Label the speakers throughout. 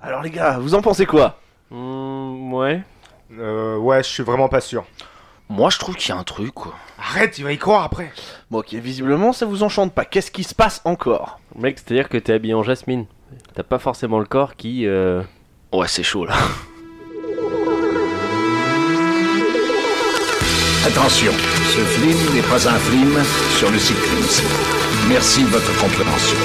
Speaker 1: Alors les gars, vous en pensez quoi
Speaker 2: Mmh, ouais.
Speaker 3: Euh, ouais, je suis vraiment pas sûr.
Speaker 1: Moi je trouve qu'il y a un truc quoi.
Speaker 3: Arrête, il va y croire après.
Speaker 1: Bon ok, visiblement ça vous enchante pas. Qu'est-ce qui se passe encore
Speaker 2: Mec, c'est-à-dire que t'es habillé en jasmine. T'as pas forcément le corps qui. euh,
Speaker 1: Ouais c'est chaud là.
Speaker 4: Attention, ce film n'est pas un film sur le cyclisme. Merci de votre compréhension.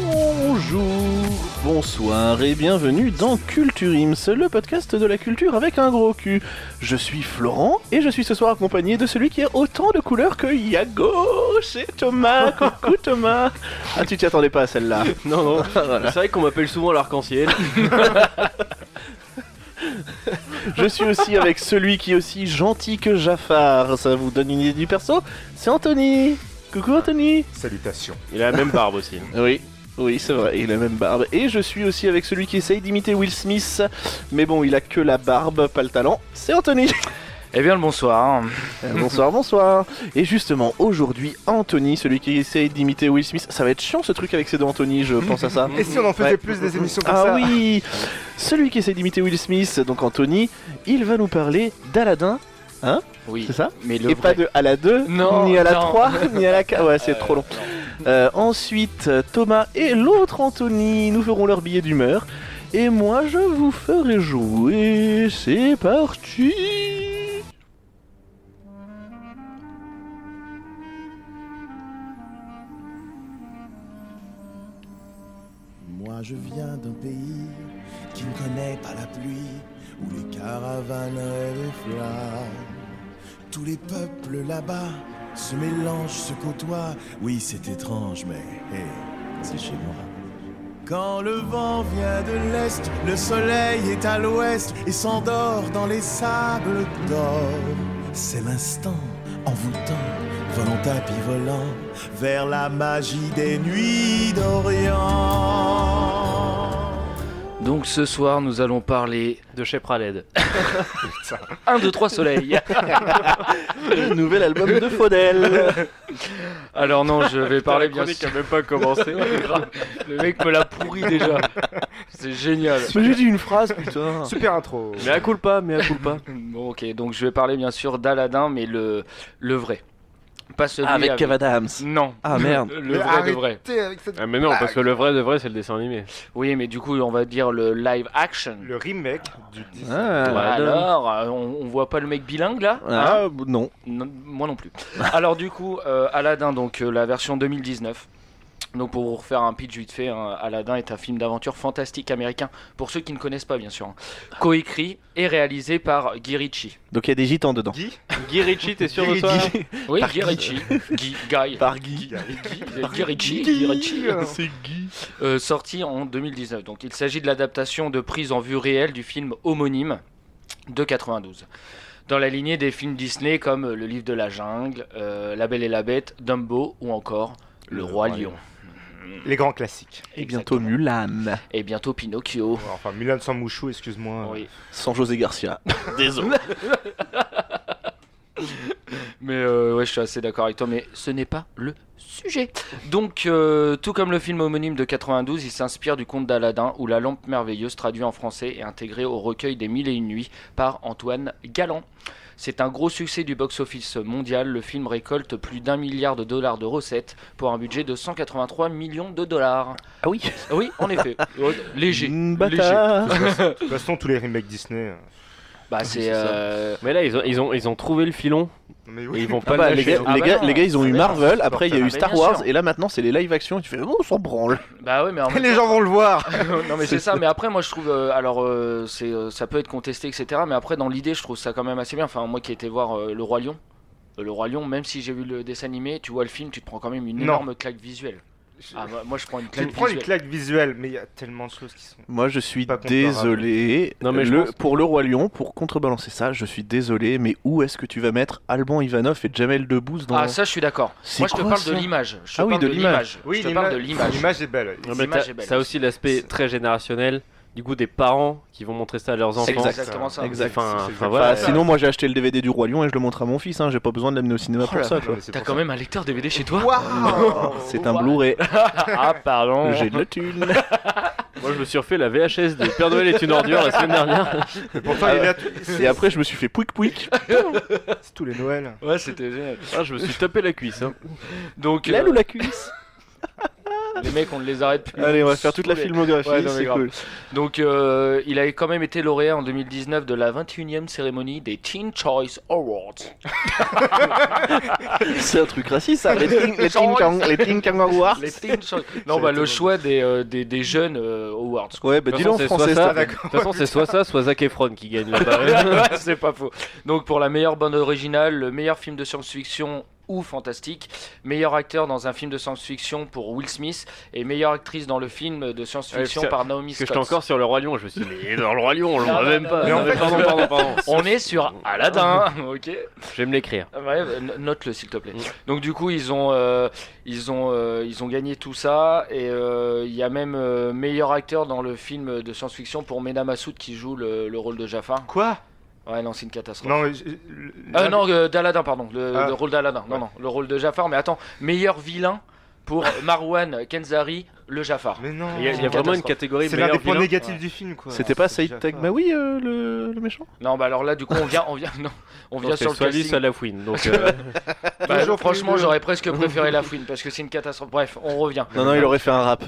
Speaker 1: Bonjour, bonsoir et bienvenue dans Culture Ims, le podcast de la culture avec un gros cul. Je suis Florent et je suis ce soir accompagné de celui qui a autant de couleurs que Yago. C'est Thomas, coucou Thomas. Ah tu t'y attendais pas à celle-là.
Speaker 2: Non, non. C'est vrai qu'on m'appelle souvent l'arc-en-ciel.
Speaker 1: Je suis aussi avec celui qui est aussi gentil que Jafar. Ça vous donne une idée du perso C'est Anthony. Coucou Anthony.
Speaker 3: Salutations.
Speaker 2: Il a la même barbe aussi.
Speaker 1: Oui. Oui, c'est vrai, il a la même barbe. Et je suis aussi avec celui qui essaye d'imiter Will Smith, mais bon, il a que la barbe, pas le talent. C'est Anthony.
Speaker 5: Eh bien le bonsoir.
Speaker 1: Euh, bonsoir, bonsoir. Et justement, aujourd'hui, Anthony, celui qui essaye d'imiter Will Smith, ça va être chiant ce truc avec ses deux Anthony, je pense à ça.
Speaker 3: Et si on en faisait
Speaker 1: Ouais.
Speaker 3: plus des émissions comme
Speaker 1: Ah
Speaker 3: ça
Speaker 1: oui Celui qui essaye d'imiter Will Smith, donc Anthony, il va nous parler d'Aladin,
Speaker 5: Oui.
Speaker 1: c'est ça
Speaker 5: Mais le
Speaker 1: Et pas
Speaker 5: vrai.
Speaker 1: de à la 2,
Speaker 5: Non,
Speaker 1: ni à la
Speaker 5: non.
Speaker 1: 3, ni à la 4. Ouais, c'est trop long. Euh, ensuite, euh, Thomas et l'autre Anthony nous ferons leur billet d'humeur. Et moi, je vous ferai jouer. C'est parti
Speaker 6: Moi je viens d'un pays qui ne connaît pas la pluie, où les caravanes et les flammes. Tous les peuples là-bas se mélangent, se côtoient. Oui, c'est étrange, mais hey, c'est chez moi. Quand le vent vient de l'est, le soleil est à l'ouest et s'endort dans les sables d'or. C'est l'instant envoûtant, volant à volant vers la magie des nuits d'Orient.
Speaker 5: Donc ce soir nous allons parler
Speaker 2: De chez Praled.
Speaker 5: 1, 2, 3 soleil.
Speaker 1: Le nouvel album de Faudel
Speaker 5: Alors non, je vais parler bien sûr.
Speaker 2: même pas commencé.
Speaker 5: Le mec me l'a pourri déjà. C'est génial.
Speaker 1: J'ai dit une phrase, putain
Speaker 3: Super intro.
Speaker 2: Mais à coule pas, mais à coule pas.
Speaker 5: Bon ok, donc je vais parler bien sûr d'Aladin, mais le, le vrai. Pas celui
Speaker 1: Ah, Avec Kev Adams
Speaker 5: Non.
Speaker 1: Ah merde
Speaker 5: Le vrai de vrai.
Speaker 3: Arrêtez avec cette-
Speaker 2: Ah, mais non, parce que le vrai de vrai, c'est le dessin animé.
Speaker 5: Oui, mais du coup on va dire le live action.
Speaker 3: Le remake du Disney.
Speaker 1: Ah,
Speaker 2: Voilà.
Speaker 5: Alors, euh, on, on voit pas le mec bilingue là
Speaker 1: Ah, non.
Speaker 5: Non, moi non plus. Alors du coup, euh, Aladdin, donc euh, la version 2019. Donc pour vous refaire un pitch vite fait, hein, Aladdin est un film d'aventure fantastique américain, pour ceux qui ne connaissent pas bien sûr. hein. Coécrit et réalisé par Guy Ritchie.
Speaker 1: Donc il y a des gitans dedans.
Speaker 3: Guy
Speaker 2: Guy Ritchie, t'es sûr de toi là
Speaker 5: Oui, Guy Ritchie. Guy, Guy.
Speaker 1: Par Guy.
Speaker 5: Guy- Guy Ritchie, Guy Ritchie, hein.
Speaker 1: C'est Guy.
Speaker 5: Euh, sorti en 2019. Donc il s'agit de l'adaptation de prise en vue réelle du film homonyme de 92. Dans la lignée des films Disney comme euh, Le Livre de la Jungle, euh, La Belle et la Bête, Dumbo ou encore Le, Roi, Lion.
Speaker 3: Les grands classiques.
Speaker 1: Et bientôt Mulan.
Speaker 5: Et bientôt Pinocchio.
Speaker 3: Enfin, Mulan sans mouchou, excuse-moi.
Speaker 5: Oui.
Speaker 1: Sans José Garcia.
Speaker 5: Désolé. mais euh, ouais, je suis assez d'accord avec toi, mais ce n'est pas le sujet. Donc, euh, tout comme le film homonyme de 92, il s'inspire du conte d'Aladin ou La lampe merveilleuse traduit en français et intégré au recueil des Mille et une nuits par Antoine Galland. C'est un gros succès du box-office mondial. Le film récolte plus d'un milliard de dollars de recettes pour un budget de 183 millions de dollars.
Speaker 1: Ah oui
Speaker 5: Ah Oui, en effet. Léger.
Speaker 1: Une Mm,
Speaker 5: Léger.
Speaker 1: bâtard
Speaker 3: De toute façon, tous les remakes Disney. euh,
Speaker 5: Bah, c'est. euh,
Speaker 2: Mais là, ils ont, ils, ont, ils ont trouvé le filon
Speaker 3: Mais
Speaker 2: et
Speaker 3: oui.
Speaker 2: ils vont pas
Speaker 1: Ah bah,
Speaker 2: le
Speaker 1: les,
Speaker 2: lâcher.
Speaker 1: gars,
Speaker 5: Ah
Speaker 1: les,
Speaker 5: bah
Speaker 1: gars,
Speaker 5: non,
Speaker 1: les gars, ils ont
Speaker 5: ça
Speaker 1: eu
Speaker 5: va,
Speaker 1: Marvel,
Speaker 5: ça
Speaker 1: après il y a
Speaker 5: va
Speaker 1: eu
Speaker 5: bien
Speaker 1: Star
Speaker 5: sûr.
Speaker 1: Wars, et là maintenant c'est les live action, tu fais oh, on s'en branle
Speaker 5: Bah, ouais, mais en même
Speaker 3: Les gens vont le voir.
Speaker 5: Non mais c'est ça, mais après moi je trouve, euh, alors euh, c'est, euh, ça peut être contesté etc, mais après dans l'idée je trouve ça quand même assez bien, enfin moi qui ai été voir euh, Le Roi Lion, euh, Le Roi Lion même si j'ai vu le dessin animé, tu vois le film, tu te prends quand même une
Speaker 3: Non.
Speaker 5: énorme claque visuelle.
Speaker 3: Je-
Speaker 5: Ah, bah, moi je prends une
Speaker 3: Tu
Speaker 5: claque.
Speaker 3: te prends une
Speaker 5: visuelle.
Speaker 3: claque visuelle, mais il y a tellement de choses qui sont.
Speaker 1: Moi, je suis
Speaker 3: Pas comparable.
Speaker 1: désolé.
Speaker 2: Non, mais je
Speaker 1: Le-
Speaker 2: pense que-
Speaker 1: Pour le Roi Lion, pour contrebalancer ça, je suis désolé, mais où est-ce que tu vas mettre Alban Ivanov et Jamel Debbouze dans...
Speaker 5: Ah, ça je suis d'accord.
Speaker 1: C'est
Speaker 5: Moi je te
Speaker 1: quoi,
Speaker 5: parle
Speaker 1: ça
Speaker 5: de l'image. Je te
Speaker 1: Ah oui,
Speaker 5: parle
Speaker 1: de
Speaker 5: de l'image. Je te
Speaker 3: l'ima-
Speaker 5: parle de l'image.
Speaker 3: L'image est belle.
Speaker 2: Non,
Speaker 5: Les
Speaker 2: mais
Speaker 5: images
Speaker 2: t'as-
Speaker 5: est belle.
Speaker 2: ça a aussi l'aspect très générationnel. Du coup, des parents qui vont montrer ça à leurs
Speaker 5: C'est
Speaker 2: enfants.
Speaker 1: Exact.
Speaker 5: exactement ça.
Speaker 1: Exact.
Speaker 2: Enfin,
Speaker 3: C'est- c'est
Speaker 2: enfin,
Speaker 3: exactement
Speaker 2: voilà.
Speaker 1: Enfin, Oh Sinon, moi, j'ai acheté le DVD du Roi Lion et je le montre à mon fils. Hein. J'ai pas besoin de l'amener au cinéma
Speaker 5: Oh
Speaker 1: pour
Speaker 5: là
Speaker 1: ça.
Speaker 3: Non,
Speaker 1: quoi.
Speaker 3: mais c'est
Speaker 5: T'as
Speaker 3: pour
Speaker 5: quand
Speaker 3: ça.
Speaker 5: même un lecteur DVD chez toi
Speaker 3: Waouh
Speaker 1: C'est un Blu-ray.
Speaker 2: Ah, pardon.
Speaker 1: J'ai de la thune.
Speaker 2: Moi, je me suis refait la VHS de Père Noël est une ordure la semaine dernière.
Speaker 3: Mais pourtant, il est là tous-
Speaker 1: Ah Et après, je me suis fait pouic pouic.
Speaker 3: c'est tous les Noëls.
Speaker 5: Ouais, c'était génial.
Speaker 2: Ah, je me suis tapé la cuisse. hein.
Speaker 5: Donc,
Speaker 1: L'aile
Speaker 5: euh,
Speaker 1: ou la cuisse
Speaker 5: les mecs, on ne les arrête plus.
Speaker 1: Allez, on va faire toute la filmographie.
Speaker 5: Ouais, non, mais
Speaker 1: c'est
Speaker 5: grave.
Speaker 1: cool.
Speaker 5: Donc, euh, il a quand même été lauréat en 2019 de la 21e cérémonie des Teen Choice Awards.
Speaker 1: C'est un truc raciste, ça. Les ting, les ting, kang- les ting kang
Speaker 2: Ah,
Speaker 1: awards.
Speaker 5: Les Teen Choice- Non, bah, le choix des, euh, des, des jeunes euh, awards. quoi.
Speaker 1: Ouais, bah
Speaker 2: De
Speaker 1: dis-le
Speaker 2: toute
Speaker 1: en
Speaker 2: façon,
Speaker 1: français.
Speaker 2: c'est soit ça,
Speaker 1: ça.
Speaker 2: de toute façon, c'est soit ça, soit Zac Efron qui gagne là-bas.
Speaker 5: Ouais, c'est pas faux. Donc, pour la meilleure bande originale, le meilleur film de science-fiction ou fantastique, meilleur acteur dans un film de science-fiction pour Will Smith et meilleure actrice dans le film de science-fiction
Speaker 2: Ouais,
Speaker 5: par Naomi
Speaker 2: Parce Eh, que
Speaker 5: Scott.
Speaker 2: j'étais encore sur le Roi Lion. Je me suis dit, mais dans le Roi Lion, on le
Speaker 5: Non,
Speaker 2: voit
Speaker 5: non,
Speaker 2: même
Speaker 5: non,
Speaker 2: pas.
Speaker 5: non,
Speaker 2: Non,
Speaker 5: non,
Speaker 2: mais
Speaker 5: non.
Speaker 2: pardon, pardon, pardon.
Speaker 5: On est sur Aladdin, ok
Speaker 2: Je vais me l'écrire.
Speaker 5: Ah Ouais, bah, no- note-le s'il te plaît.
Speaker 2: Mm.
Speaker 5: Donc du coup, ils ont, euh, ils ont, euh, ils ont gagné tout ça et euh, il y a même euh, meilleur acteur dans le film de science-fiction pour Mena Massoud qui joue le, le rôle de Jafar.
Speaker 3: Quoi
Speaker 5: Ouais, non, c'est une catastrophe.
Speaker 3: Non, mais je- le-
Speaker 5: Euh,
Speaker 3: la-
Speaker 5: non, euh, d'Aladin, pardon, le,
Speaker 3: Ah.
Speaker 5: le rôle d'Aladin. Non,
Speaker 3: Ouais.
Speaker 5: non, le rôle de Jafar. Mais attends, meilleur vilain pour Marwan Kenzari, le Jafar.
Speaker 3: Mais non.
Speaker 2: Il y a, il y a vraiment une catégorie
Speaker 3: C'est l'un des
Speaker 2: meilleur
Speaker 3: points
Speaker 2: vilain.
Speaker 3: négatifs
Speaker 5: Ouais.
Speaker 3: du film, quoi.
Speaker 1: C'était pas
Speaker 3: C'est
Speaker 1: Saïd
Speaker 3: déjà
Speaker 1: Tagmaoui, euh, le, le méchant
Speaker 5: Non, bah alors là, du coup, on vient, on vient, non, on vient
Speaker 2: Donc,
Speaker 5: sur
Speaker 2: C'est
Speaker 5: le
Speaker 2: soit lui,
Speaker 5: casting.
Speaker 2: soit la fouine. Donc, euh,
Speaker 5: Bah,
Speaker 3: Toujours
Speaker 5: franchement,
Speaker 3: plus de-
Speaker 5: j'aurais presque préféré la fouine parce que c'est une catastrophe. Bref, on revient.
Speaker 1: Non, non, il aurait fait un rap.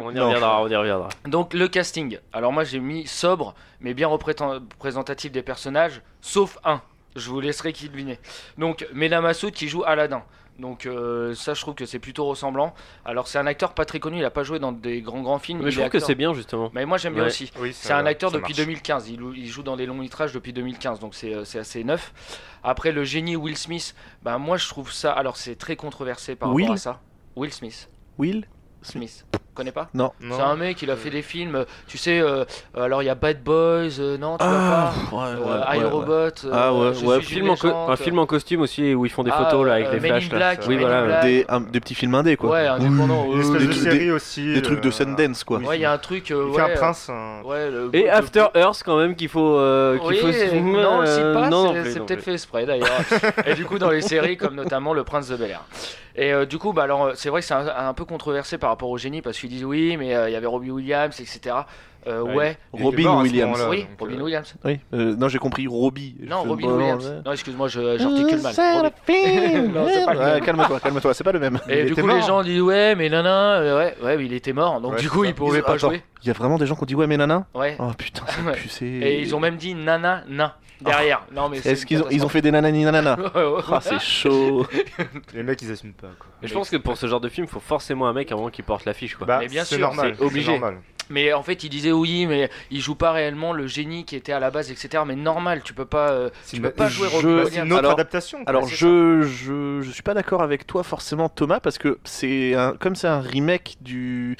Speaker 2: on y
Speaker 1: Non.
Speaker 2: reviendra, on y reviendra.
Speaker 5: Donc le casting. Alors moi j'ai mis sobre mais bien représentant- représentatif des personnages, sauf un. Je vous laisserai qui deviner. Donc Mena Massoud qui joue Aladdin. Donc euh, ça je trouve que c'est plutôt ressemblant. Alors c'est un acteur pas très connu, il a pas joué dans des grands grands films.
Speaker 2: Mais je
Speaker 5: il est
Speaker 2: trouve que
Speaker 5: acteur.
Speaker 2: c'est bien, justement.
Speaker 5: Mais moi j'aime bien
Speaker 2: Ouais.
Speaker 5: aussi.
Speaker 3: Oui,
Speaker 5: C'est un acteur depuis
Speaker 3: 2000.
Speaker 5: 2015. Il, il joue dans des longs métrages depuis 2015, donc c'est euh, c'est assez neuf. Après le génie Will Smith, bah moi je trouve ça. Alors c'est très controversé par
Speaker 1: Will
Speaker 5: rapport à ça. Will Smith.
Speaker 1: Will
Speaker 5: Smith. Connais pas
Speaker 3: Non.
Speaker 5: c'est un mec, il a fait des films, euh, tu sais, euh, euh, alors il y a Bad Boys, euh, non, tu
Speaker 1: Ah,
Speaker 5: vois
Speaker 1: pff, ouais,
Speaker 5: pas,
Speaker 1: ouais,
Speaker 5: euh,
Speaker 1: ouais,
Speaker 5: I,
Speaker 1: ouais.
Speaker 5: Robot, euh,
Speaker 1: Ah ouais,
Speaker 5: Je
Speaker 2: Ouais,
Speaker 5: suis
Speaker 2: film
Speaker 5: une
Speaker 2: en co-
Speaker 5: légende.
Speaker 2: un film en costume aussi où ils font des
Speaker 5: Ah,
Speaker 2: photos là
Speaker 5: euh,
Speaker 2: avec les
Speaker 5: Men in
Speaker 2: flashs. là.
Speaker 5: Black,
Speaker 2: oui,
Speaker 5: Men in
Speaker 2: voilà.
Speaker 5: Black.
Speaker 1: Des, un- des petits films indés, quoi.
Speaker 5: Ouais, indépendant.
Speaker 3: Une espèce
Speaker 1: Euh, Des
Speaker 3: de
Speaker 1: trucs-
Speaker 3: série
Speaker 1: des-
Speaker 3: aussi.
Speaker 1: Des trucs de
Speaker 3: euh,
Speaker 1: Sundance, quoi.
Speaker 5: Ouais, il y a un truc. euh,
Speaker 3: Il
Speaker 5: ouais,
Speaker 3: fait un
Speaker 5: euh,
Speaker 3: prince. hein. un-
Speaker 5: ouais, le-
Speaker 2: Et
Speaker 5: le-
Speaker 2: After Earth quand même qu'il faut. euh, qu'il
Speaker 5: Oui,
Speaker 2: faut se-
Speaker 5: euh, non, c'est
Speaker 2: Euh,
Speaker 5: pas,
Speaker 2: non, non
Speaker 5: c'est-
Speaker 2: plus,
Speaker 5: c'est
Speaker 2: non
Speaker 5: peut-être
Speaker 2: plus.
Speaker 5: fait exprès d'ailleurs. et du coup, dans les séries comme notamment Le Prince de Bel Air. Et euh, du coup, bah, alors, euh, c'est vrai que c'est un, un peu controversé par rapport au génie parce qu'ils disent oui, mais euh, il y avait Robbie Williams, etc. Euh,
Speaker 2: Ouais.
Speaker 5: ouais,
Speaker 3: il était
Speaker 1: Robin
Speaker 3: mort à ce
Speaker 1: Williams.
Speaker 3: moment-là,
Speaker 5: oui,
Speaker 3: donc,
Speaker 5: Robin
Speaker 3: euh,
Speaker 5: Williams.
Speaker 1: Oui, euh, non, j'ai compris, Robbie.
Speaker 5: Non,
Speaker 1: Je-
Speaker 5: Robin
Speaker 1: bon,
Speaker 5: Williams.
Speaker 1: ouais.
Speaker 5: Non, excuse-moi, je- j'articule mal. Robin. Non, c'est pas le
Speaker 1: Ouais,
Speaker 5: même.
Speaker 1: calme-toi, calme-toi, c'est pas le même.
Speaker 5: Et
Speaker 3: Il
Speaker 5: du
Speaker 3: était
Speaker 5: coup, les
Speaker 3: mort.
Speaker 5: gens disent ouais, mais nana, euh, ouais, ouais, mais il était mort, donc
Speaker 3: Ouais,
Speaker 5: du
Speaker 3: c'est
Speaker 5: coup,
Speaker 3: ça.
Speaker 5: il pouvait
Speaker 1: Ils-
Speaker 5: pas
Speaker 1: attends,
Speaker 5: jouer.
Speaker 1: Il y a vraiment des gens qui ont dit ouais, mais nana
Speaker 5: Ouais.
Speaker 1: Oh putain,
Speaker 5: Ouais.
Speaker 1: c'est pucé.
Speaker 5: Et ils ont même dit nana, na derrière. Non, mais c'est
Speaker 1: Ah. Est-ce
Speaker 5: une
Speaker 1: qu'ils ont, ils ont fait des nanani nanana
Speaker 5: catastrophe.
Speaker 1: Ah, c'est chaud.
Speaker 3: Les mecs, ils assument pas, quoi.
Speaker 2: Mais je pense que pour ce genre de film, faut forcément un mec à un moment qui porte l'affiche quoi.
Speaker 3: Bah,
Speaker 5: Mais bien
Speaker 3: c'est
Speaker 5: sûr,
Speaker 3: normal,
Speaker 5: c'est
Speaker 3: c'est
Speaker 5: obligé.
Speaker 3: normal.
Speaker 5: Mais en fait, ils disaient oui, mais il joue pas réellement le génie qui était à la base, etc. Mais normal, tu peux pas, euh,
Speaker 3: C'est
Speaker 5: tu
Speaker 3: une-
Speaker 5: peux pas
Speaker 3: je-
Speaker 5: jouer
Speaker 1: je-
Speaker 5: Robin
Speaker 3: Bah, C'est
Speaker 5: Williams.
Speaker 3: une autre
Speaker 1: Alors-
Speaker 3: adaptation. quoi.
Speaker 1: Alors
Speaker 5: Bah, c'est
Speaker 1: je, je je suis pas d'accord avec toi forcément Thomas parce que c'est un comme c'est un remake du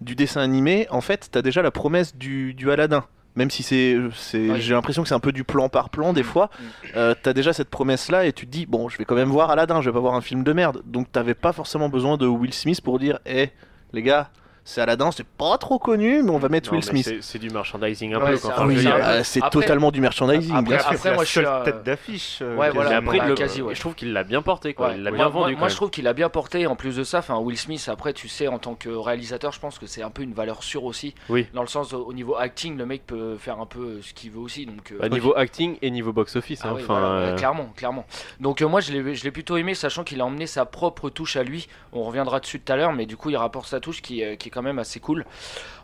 Speaker 1: du dessin animé en fait t'as déjà la promesse du du Aladdin même si c'est c'est
Speaker 5: Oui.
Speaker 1: j'ai l'impression que c'est un peu du plan par plan des fois
Speaker 5: Mm.
Speaker 1: euh, t'as déjà cette promesse là et tu te dis bon je vais quand même voir Aladdin je vais pas voir un film de merde donc t'avais pas forcément besoin de Will Smith pour dire hé les gars c'est Aladdin c'est pas trop connu mais on va mettre
Speaker 2: Non,
Speaker 1: Will
Speaker 2: mais
Speaker 1: Smith
Speaker 2: c'est- C'est du merchandising un
Speaker 5: Ouais,
Speaker 2: peu.
Speaker 5: c'est
Speaker 2: quoi.
Speaker 5: un
Speaker 2: Enfin,
Speaker 1: oui,
Speaker 2: je veux
Speaker 5: c'est
Speaker 2: dire,
Speaker 5: un-
Speaker 1: euh, c'est
Speaker 5: Après-
Speaker 1: totalement du merchandising
Speaker 5: Après-
Speaker 1: bien sûr.
Speaker 3: Parce que c'est la
Speaker 5: moi, je suis
Speaker 3: seule
Speaker 5: là, euh,
Speaker 3: tête d'affiche. euh,
Speaker 5: Ouais,
Speaker 2: il
Speaker 5: voilà,
Speaker 2: a
Speaker 3: quasiment.
Speaker 2: pris
Speaker 5: voilà,
Speaker 2: le-
Speaker 5: Bah, quasi, ouais.
Speaker 2: Je trouve qu'il l'a bien porté quoi.
Speaker 5: Ouais.
Speaker 2: Il l'a
Speaker 5: Ouais,
Speaker 2: bien
Speaker 5: moi-
Speaker 2: vendu.
Speaker 5: Moi,
Speaker 2: quand
Speaker 5: je
Speaker 2: même.
Speaker 5: trouve qu'il a bien porté. En plus de ça, enfin, Will Smith, après, tu sais, en tant que réalisateur, je pense que c'est un peu une valeur sûre aussi.
Speaker 2: Oui.
Speaker 5: Dans le sens, au au niveau acting, le mec peut faire un peu ce qu'il veut aussi. Donc, euh,
Speaker 2: Bah, niveau acting et niveau box office.
Speaker 5: Ah
Speaker 2: hein,
Speaker 5: oui,
Speaker 2: enfin,
Speaker 5: voilà, ouais,
Speaker 2: euh,
Speaker 5: clairement, clairement. Donc euh, moi je l'ai je l'ai plutôt aimé, sachant qu'il a emmené sa propre touche à lui. On reviendra dessus tout à l'heure, mais du coup il rapporte sa touche qui, euh, qui est quand même assez cool.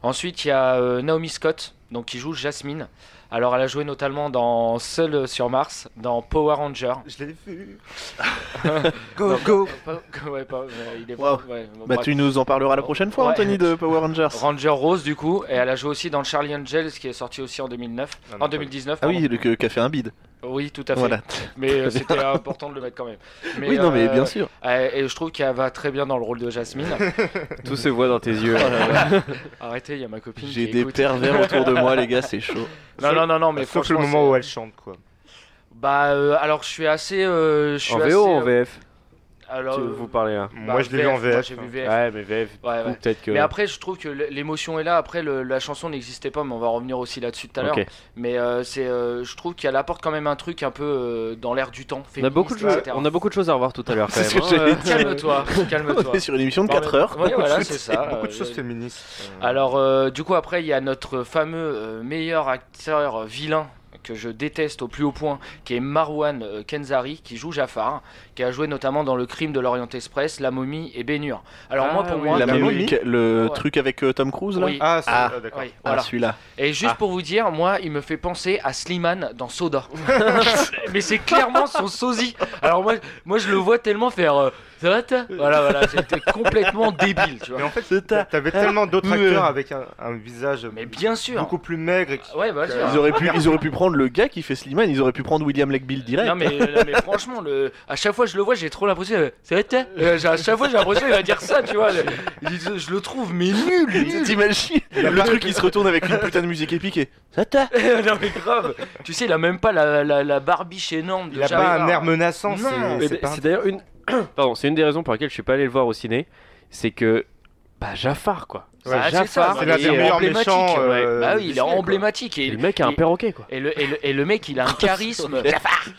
Speaker 5: Ensuite il y a euh, Naomi Scott, donc qui joue Jasmine. Alors elle a joué notamment dans Seul sur Mars, dans Power Ranger.
Speaker 3: Je l'ai vu.
Speaker 5: Go go. ouais, pas- euh, il est
Speaker 1: Wow.
Speaker 5: ouais, bon,
Speaker 1: Euh, Bah
Speaker 5: bref.
Speaker 1: tu nous en parleras la prochaine fois
Speaker 5: Ouais.
Speaker 1: Anthony de Power Rangers
Speaker 5: Ranger Rose du coup, et elle a joué aussi dans Charlie Angels qui est sorti aussi en 2009,
Speaker 3: Ah non, pas-
Speaker 5: en 2019.
Speaker 1: Ah
Speaker 5: pardon.
Speaker 1: oui, le que- qu'a fait un bide.
Speaker 5: Oui, tout à fait.
Speaker 1: Voilà.
Speaker 5: Mais euh, c'était important de le mettre quand même. Mais,
Speaker 1: oui, non, mais
Speaker 5: euh,
Speaker 1: bien sûr.
Speaker 5: euh, Et je trouve qu'elle va très bien dans le rôle de Jasmine.
Speaker 2: Tout se voit dans tes yeux.
Speaker 5: Arrêtez, il y a ma copine.
Speaker 1: J'ai
Speaker 5: qui
Speaker 1: des
Speaker 5: écoute.
Speaker 1: pervers autour de moi, les gars, c'est chaud.
Speaker 5: Non, non, non, non, mais
Speaker 3: Sauf
Speaker 5: franchement.
Speaker 3: le moment où
Speaker 5: c'est-
Speaker 3: elle chante, quoi.
Speaker 5: Bah, euh, alors je suis assez. euh, je suis
Speaker 2: En
Speaker 5: assez,
Speaker 2: VO ou en
Speaker 5: euh,
Speaker 2: VF
Speaker 5: alors,
Speaker 2: Tu-
Speaker 5: euh,
Speaker 2: Vous parlez là.
Speaker 5: bah,
Speaker 3: Moi, je l'ai vu en
Speaker 5: moi,
Speaker 3: VF.
Speaker 5: J'ai vu
Speaker 3: hein.
Speaker 5: VF.
Speaker 2: Ouais, euh, mais VF.
Speaker 5: Ouais, ouais.
Speaker 2: ou Peut-être que.
Speaker 5: Mais après, je trouve que l- l'émotion est là. Après, le- la chanson n'existait pas, mais on va revenir aussi là-dessus tout à l'heure.
Speaker 2: Ok.
Speaker 5: Mais euh, c'est, euh, je trouve qu'elle apporte quand même un truc un peu euh, dans l'air du temps.
Speaker 2: On a, beaucoup de choses, on a beaucoup de choses à revoir tout à l'heure quand
Speaker 1: C'est ce
Speaker 2: même.
Speaker 1: que
Speaker 2: hein.
Speaker 1: j'allais dire.
Speaker 5: Calme-toi, calme-toi.
Speaker 1: On est sur une émission de
Speaker 5: Non, mais-
Speaker 1: 4 heures.
Speaker 5: ouais, voilà, c'est ça.
Speaker 3: Beaucoup de
Speaker 5: euh,
Speaker 3: choses
Speaker 5: euh,
Speaker 3: féministes. euh,
Speaker 5: Alors, euh, du coup, après, il y a notre fameux euh, meilleur acteur euh, vilain que je déteste au plus haut point, qui est Marwan euh, Kenzari, qui joue Jafar, qui a joué notamment dans Le Crime de l'Orient Express, La Momie et Bénur. Alors
Speaker 2: Ah
Speaker 5: moi, pour
Speaker 2: oui,
Speaker 5: moi,
Speaker 1: La
Speaker 3: la
Speaker 1: momie,
Speaker 3: momie.
Speaker 1: que- le
Speaker 5: Ouais.
Speaker 1: truc avec euh, Tom Cruise là
Speaker 5: Oui,
Speaker 3: Ah, ça,
Speaker 1: Ah.
Speaker 3: ah, d'accord.
Speaker 5: oui,
Speaker 1: Ah,
Speaker 5: voilà.
Speaker 1: celui-là.
Speaker 5: Et juste
Speaker 2: Ah.
Speaker 5: pour vous dire, moi, il me fait penser à Slimane dans Soda. Mais c'est clairement son sosie. Alors moi, moi, je le vois tellement faire. euh, ça va, toi Voilà, voilà, c'était complètement débile, tu vois.
Speaker 3: Mais en fait,
Speaker 1: C'est ta-
Speaker 3: t'avais tellement d'autres
Speaker 1: Ouais.
Speaker 3: acteurs avec un, un visage
Speaker 5: Mais bien sûr.
Speaker 3: beaucoup plus maigre et qui
Speaker 5: Ouais, bah, vas-y,
Speaker 3: Ils
Speaker 5: hein.
Speaker 1: Ils auraient, pu, ils auraient pu prendre le gars qui fait Slimane, ils auraient pu prendre William Legbill direct.
Speaker 5: Non mais, euh, non, mais franchement, le... à chaque fois que je le vois, j'ai trop l'impression. euh, Ça va être toi Euh, j'ai- À chaque fois, j'ai l'impression qu'il va dire ça, tu vois. Le- Je, je le trouve, mais nul, nul.
Speaker 1: T'imagines Le truc qui se retourne avec une putain de musique épique et... Ça t'a
Speaker 5: non mais grave. Tu sais, il a même pas la, la, la barbiche énorme. De
Speaker 3: Il a pas
Speaker 5: Jafar.
Speaker 3: un air menaçant,
Speaker 5: Non,
Speaker 3: c'est-
Speaker 2: Mais
Speaker 3: c'est pas
Speaker 2: C'est d'ailleurs une. Pardon, c'est une des raisons pour laquelle je suis pas allé le voir au ciné. C'est que. Bah, Jafar quoi.
Speaker 5: Ouais,
Speaker 2: C'est
Speaker 5: Ah, c'est ça,
Speaker 2: Jafar.
Speaker 3: C'est l'un
Speaker 2: et,
Speaker 3: des
Speaker 2: euh,
Speaker 3: meilleurs
Speaker 5: emblématique,
Speaker 3: méchants.
Speaker 2: ouais.
Speaker 3: euh,
Speaker 5: Bah oui,
Speaker 3: Disney,
Speaker 5: il est
Speaker 3: quoi.
Speaker 5: emblématique et,
Speaker 2: Le mec a un
Speaker 5: et-
Speaker 2: perroquet quoi.
Speaker 5: Et le, et, le, et le mec, il a un charisme.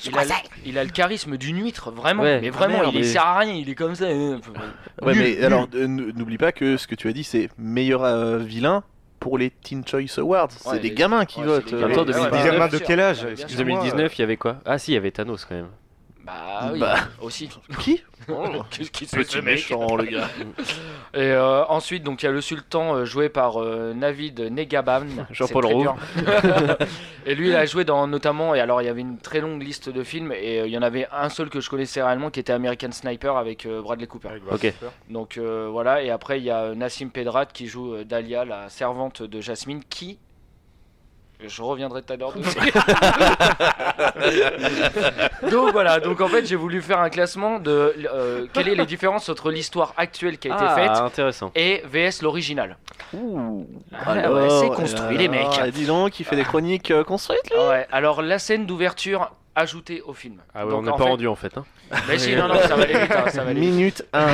Speaker 5: il, a, il a le charisme d'une huître, vraiment.
Speaker 2: Ouais.
Speaker 5: Mais vraiment,
Speaker 2: Ah, merde,
Speaker 5: il
Speaker 2: mais-
Speaker 5: sert à rien, il est comme ça. euh,
Speaker 1: Ouais,
Speaker 5: Nul,
Speaker 1: mais
Speaker 5: nul.
Speaker 1: alors, euh, n- n'oublie pas que ce que tu as dit, c'est meilleur euh, vilain pour les Teen Choice Awards. C'est
Speaker 5: Ouais,
Speaker 1: des
Speaker 5: les-
Speaker 1: gamins qui
Speaker 5: ouais,
Speaker 1: votent.
Speaker 5: c'est des
Speaker 1: euh,
Speaker 5: gamins.
Speaker 2: Attends,
Speaker 5: Ouais,
Speaker 3: Des
Speaker 2: 2019,
Speaker 3: gamins de quel âge
Speaker 5: bien sûr.
Speaker 3: excuse-moi.
Speaker 5: euh,
Speaker 2: 2019, il y avait quoi Ah si, il y avait Thanos quand même.
Speaker 5: Bah oui,
Speaker 1: Bah.
Speaker 5: aussi.
Speaker 1: Qui
Speaker 5: Qu'est-ce qu'il se
Speaker 1: Petit
Speaker 5: fait, mec
Speaker 1: méchant, le gars.
Speaker 5: Et euh, ensuite, donc il y a le sultan euh, joué par euh, Navid Negaban.
Speaker 2: Jean-Paul
Speaker 5: C'est très
Speaker 2: Roux.
Speaker 5: dur. et lui, il a joué dans notamment. Et alors, il y avait une très longue liste de films. Et euh, il y en avait un seul que je connaissais réellement qui était American Sniper avec euh, Bradley Cooper.
Speaker 3: Avec
Speaker 2: Ok.
Speaker 3: Bradley Cooper.
Speaker 5: Donc euh, voilà. Et après, il y a euh, Nassim Pedrat qui joue euh, Dahlia, la servante de Jasmine, qui. Je reviendrai tout à l'heure dessus. Donc voilà, donc en fait j'ai voulu faire un classement de euh, quelles sont les différences entre l'histoire actuelle qui a été
Speaker 2: Ah.
Speaker 5: faite
Speaker 2: intéressant.
Speaker 5: et VS l'original.
Speaker 1: Ouh.
Speaker 5: Ah ouais,
Speaker 1: Alors,
Speaker 5: c'est construit, les mecs.
Speaker 1: ah, Dis donc, il fait des chroniques euh, construites, lui.
Speaker 5: Ouais, alors la scène d'ouverture ajoutée au film.
Speaker 2: Ah ouais,
Speaker 5: Donc,
Speaker 2: on n'est
Speaker 5: en
Speaker 2: pas
Speaker 5: fait-
Speaker 2: rendu en fait. Hein.
Speaker 5: Mais si, non, non, ça va aller vite, hein, ça va aller vite.
Speaker 1: Minute 1.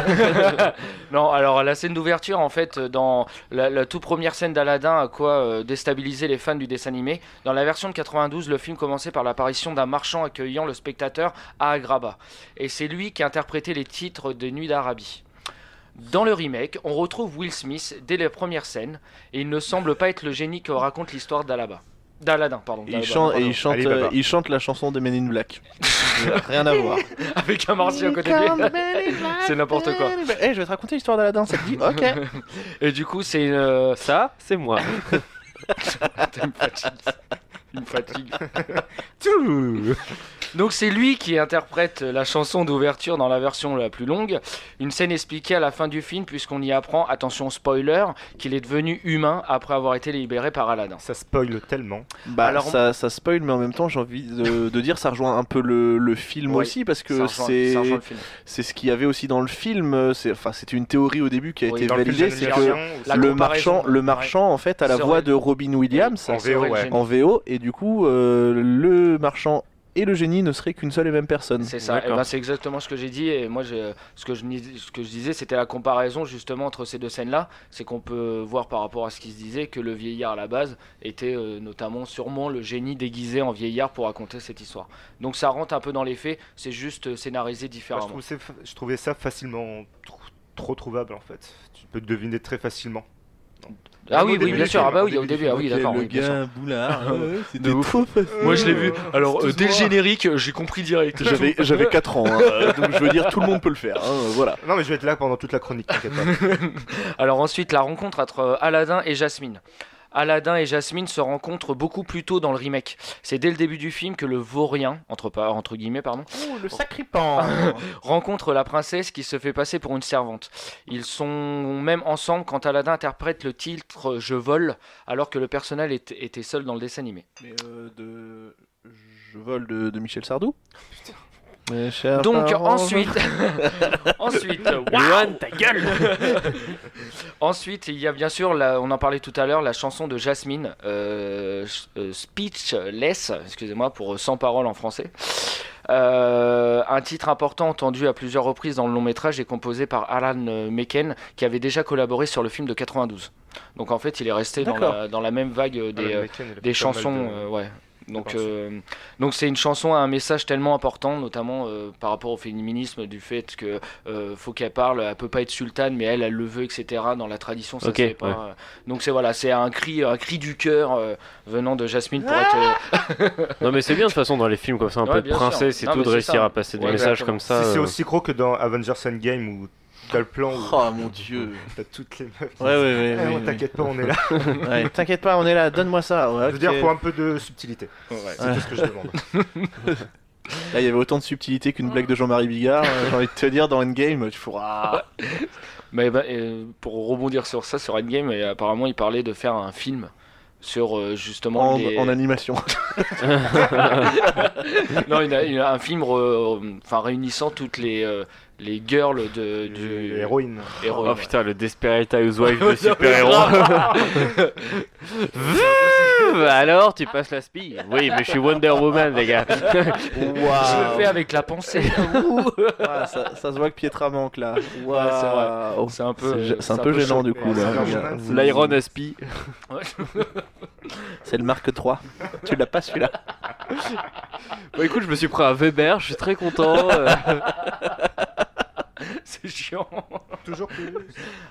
Speaker 5: Non, alors la scène d'ouverture, en fait, euh, dans la, la toute première scène d'Aladin, à quoi euh, déstabiliser les fans du dessin animé. Dans la version de 92, le film commençait par l'apparition d'un marchand accueillant le spectateur à Agrabah. Et c'est lui qui interprétait les titres des Nuits d'Arabie. Dans le remake, on retrouve Will Smith dès les premières scènes, et il ne semble pas être le génie que raconte l'histoire d'Alaba. D'Aladin, pardon.
Speaker 1: Il
Speaker 5: d'Alaba,
Speaker 1: chante, et
Speaker 5: bah, pardon.
Speaker 1: il chante,
Speaker 3: Allez,
Speaker 1: euh,
Speaker 3: papa.
Speaker 1: il chante la chanson de Men in Black. Rien à voir.
Speaker 5: Avec un martien à côté de lui. C'est n'importe quoi.
Speaker 1: Eh, je vais te raconter l'histoire de la danse. Ça te dit Ok.
Speaker 5: Et du coup, c'est euh,
Speaker 2: Ça, c'est moi.
Speaker 5: une fatigue. Donc c'est lui qui interprète la chanson d'ouverture dans la version la plus longue. Une scène expliquée à la fin du film puisqu'on y apprend, attention spoiler, qu'il est devenu humain après avoir été libéré par Aladdin.
Speaker 3: Ça spoil tellement.
Speaker 1: Bah,
Speaker 5: Alors-
Speaker 1: ça, ça spoil, mais en même temps, j'ai envie de, de dire, ça rejoint un peu le, le film
Speaker 5: Ouais,
Speaker 1: aussi, parce
Speaker 5: Ça
Speaker 1: que
Speaker 5: rejoint-
Speaker 1: c'est
Speaker 5: ça rejoint le film.
Speaker 1: c'est ce qu'il y avait aussi dans le film. euh, c'est- Enfin, c'était une théorie au début qui a
Speaker 5: Oui,
Speaker 1: été
Speaker 5: dans le film,
Speaker 1: validée,
Speaker 5: j'en ai
Speaker 1: c'est
Speaker 5: déjà
Speaker 1: que
Speaker 5: rien. La
Speaker 1: le
Speaker 5: comparaison,
Speaker 1: marchand, le
Speaker 5: ouais.
Speaker 1: marchand, en fait, a la
Speaker 5: Ça
Speaker 1: voix
Speaker 5: aurait-
Speaker 1: de Robin Williams
Speaker 5: Ça
Speaker 3: En
Speaker 5: serait
Speaker 3: VO,
Speaker 5: le
Speaker 3: ouais.
Speaker 5: génie.
Speaker 1: en VO, et du coup, euh, le marchand et le génie ne seraient qu'une seule et même personne.
Speaker 5: C'est ça, Eh ben, c'est exactement ce que j'ai dit. Et moi, j'ai- ce, que je, ni- ce que je disais, c'était la comparaison justement entre ces deux scènes-là. C'est qu'on peut voir par rapport à ce qui se disait que le vieillard à la base était euh, notamment sûrement le génie déguisé en vieillard pour raconter cette histoire. Donc ça rentre un peu dans les faits, c'est juste euh, scénarisé
Speaker 3: Moi, je,
Speaker 5: différemment.
Speaker 3: trouve c'est fa- je trouvais ça facilement tr- trop trouvable en fait. Tu peux le deviner très facilement.
Speaker 5: ah oui,
Speaker 3: Au
Speaker 5: oui,
Speaker 3: début
Speaker 5: bien
Speaker 3: du
Speaker 5: sûr,
Speaker 3: film,
Speaker 5: ah bah
Speaker 3: au
Speaker 5: oui, au
Speaker 3: début du
Speaker 5: début, ah oui, d'accord. oui, bien sûr.
Speaker 1: boulard, euh,
Speaker 5: De ouf.
Speaker 1: trop
Speaker 3: euh,
Speaker 5: Moi je l'ai vu, alors
Speaker 1: euh, dès le
Speaker 5: dès le
Speaker 1: excuse-moi.
Speaker 5: générique, j'ai compris direct.
Speaker 1: J'avais, j'avais 4 ans, hein, euh, donc je veux dire, tout le monde peut le faire. hein, voilà.
Speaker 3: Non mais je vais être là pendant toute la chronique, t'inquiète pas.
Speaker 5: Alors ensuite, la rencontre entre euh, Aladdin et Jasmine. Aladdin et Jasmine se rencontrent beaucoup plus tôt dans le remake. C'est dès le début du film que le vaurien, entre, pa- entre guillemets, pardon,
Speaker 1: le sacripant
Speaker 5: Ah, rencontre la princesse qui se fait passer pour une servante. Ils sont même ensemble quand Aladdin interprète le titre Je vole, alors que le personnel est- était seul dans le dessin animé.
Speaker 1: Mais euh, de. Je Je vole de, de Michel Sardou. Mes chers
Speaker 5: Donc
Speaker 1: parents, je-
Speaker 5: ensuite, ensuite, euh, waouh
Speaker 2: Luan, ta gueule
Speaker 5: ensuite, il y a bien sûr, la- on en parlait tout à l'heure, la chanson de Jasmine, euh, ch- euh, Speechless, excusez-moi, pour euh, sans parole en français. Euh, un titre important entendu à plusieurs reprises dans le long métrage et composé par Alan euh, Mekken, qui avait déjà collaboré sur le film de 92. Donc en fait, il est resté dans
Speaker 1: D'accord.
Speaker 5: la, dans la même vague euh,
Speaker 3: Alan
Speaker 5: des,
Speaker 3: Menken,
Speaker 5: euh,
Speaker 3: il a fait pas
Speaker 5: des
Speaker 3: mal
Speaker 5: chansons,
Speaker 3: de-
Speaker 5: euh, ouais. Donc,
Speaker 3: chansons.
Speaker 5: euh, donc c'est une chanson à un message tellement important, notamment euh, par rapport au féminisme, du fait que euh, faut qu'elle parle, elle peut pas être sultane, mais elle, elle le veut, etc. Dans la tradition, ça
Speaker 2: Ok,
Speaker 5: se fait pas.
Speaker 2: ouais.
Speaker 5: euh. Donc c'est voilà, c'est un cri, un cri du cœur euh, venant de Jasmine pour être. euh,
Speaker 2: Non, mais c'est bien de toute façon dans les films comme ça, un
Speaker 5: Ouais,
Speaker 2: peu de
Speaker 5: bien
Speaker 2: princesse
Speaker 5: sûr.
Speaker 2: et
Speaker 5: Non,
Speaker 2: tout,
Speaker 5: mais
Speaker 2: de
Speaker 5: c'est
Speaker 2: réussir
Speaker 5: ça.
Speaker 2: à passer des
Speaker 5: Ouais,
Speaker 2: messages
Speaker 5: exactement.
Speaker 2: comme ça.
Speaker 3: Si c'est
Speaker 2: euh,
Speaker 3: aussi gros que dans Avengers Endgame où t'as le plan où
Speaker 1: Oh mon dieu.
Speaker 3: t'as toutes les meufs.
Speaker 1: Ouais, ouais, ouais.
Speaker 3: Eh,
Speaker 1: ouais,
Speaker 3: on
Speaker 1: ouais.
Speaker 3: T'inquiète pas, on est là.
Speaker 1: Ouais, T'inquiète pas, on est là, donne-moi ça. Ouais,
Speaker 3: Je veux dire,
Speaker 1: ok.
Speaker 3: pour un peu de subtilité.
Speaker 5: ouais.
Speaker 3: C'est tout ce que je demande.
Speaker 1: Là, il y avait autant de subtilité qu'une blague de Jean-Marie Bigard. euh, J'ai envie de te dire, dans Endgame, tu feras.
Speaker 5: Mais bah, euh, pour rebondir sur ça, sur Endgame, et apparemment, il parlait de faire un film sur euh, justement
Speaker 1: En,
Speaker 5: les-
Speaker 1: en animation.
Speaker 5: non, il a, il a un film re- enfin réunissant toutes les euh, les girls de du
Speaker 3: Du héroïne.
Speaker 5: héroïne,
Speaker 2: Oh
Speaker 5: ouais.
Speaker 2: putain, le Desperate Housewife de super-héros. Vuh, Alors, tu passes la spie. Oui, mais je suis Wonder Woman, les gars.
Speaker 5: Je
Speaker 1: Waouh.
Speaker 5: le fais avec la pensée.
Speaker 1: Ah, ça, ça se voit que Pietra manque là. Waouh.
Speaker 5: Ouais, c'est vrai.
Speaker 1: Oh,
Speaker 5: c'est un peu,
Speaker 1: C'est
Speaker 5: euh,
Speaker 1: gê- c'est un
Speaker 5: c'est
Speaker 1: peu
Speaker 5: un peu
Speaker 1: gênant
Speaker 5: chaud,
Speaker 1: du
Speaker 3: mais
Speaker 1: coup
Speaker 3: c'est
Speaker 1: là.
Speaker 3: bien
Speaker 1: Regarde.
Speaker 3: gênant,
Speaker 2: L'Iron Aspie.
Speaker 1: C'est le Mark 3. tu l'as pas celui-là.
Speaker 2: Bon, écoute, je me suis pris à Weber, je suis très content. euh.
Speaker 5: c'est chiant.
Speaker 3: Toujours plus.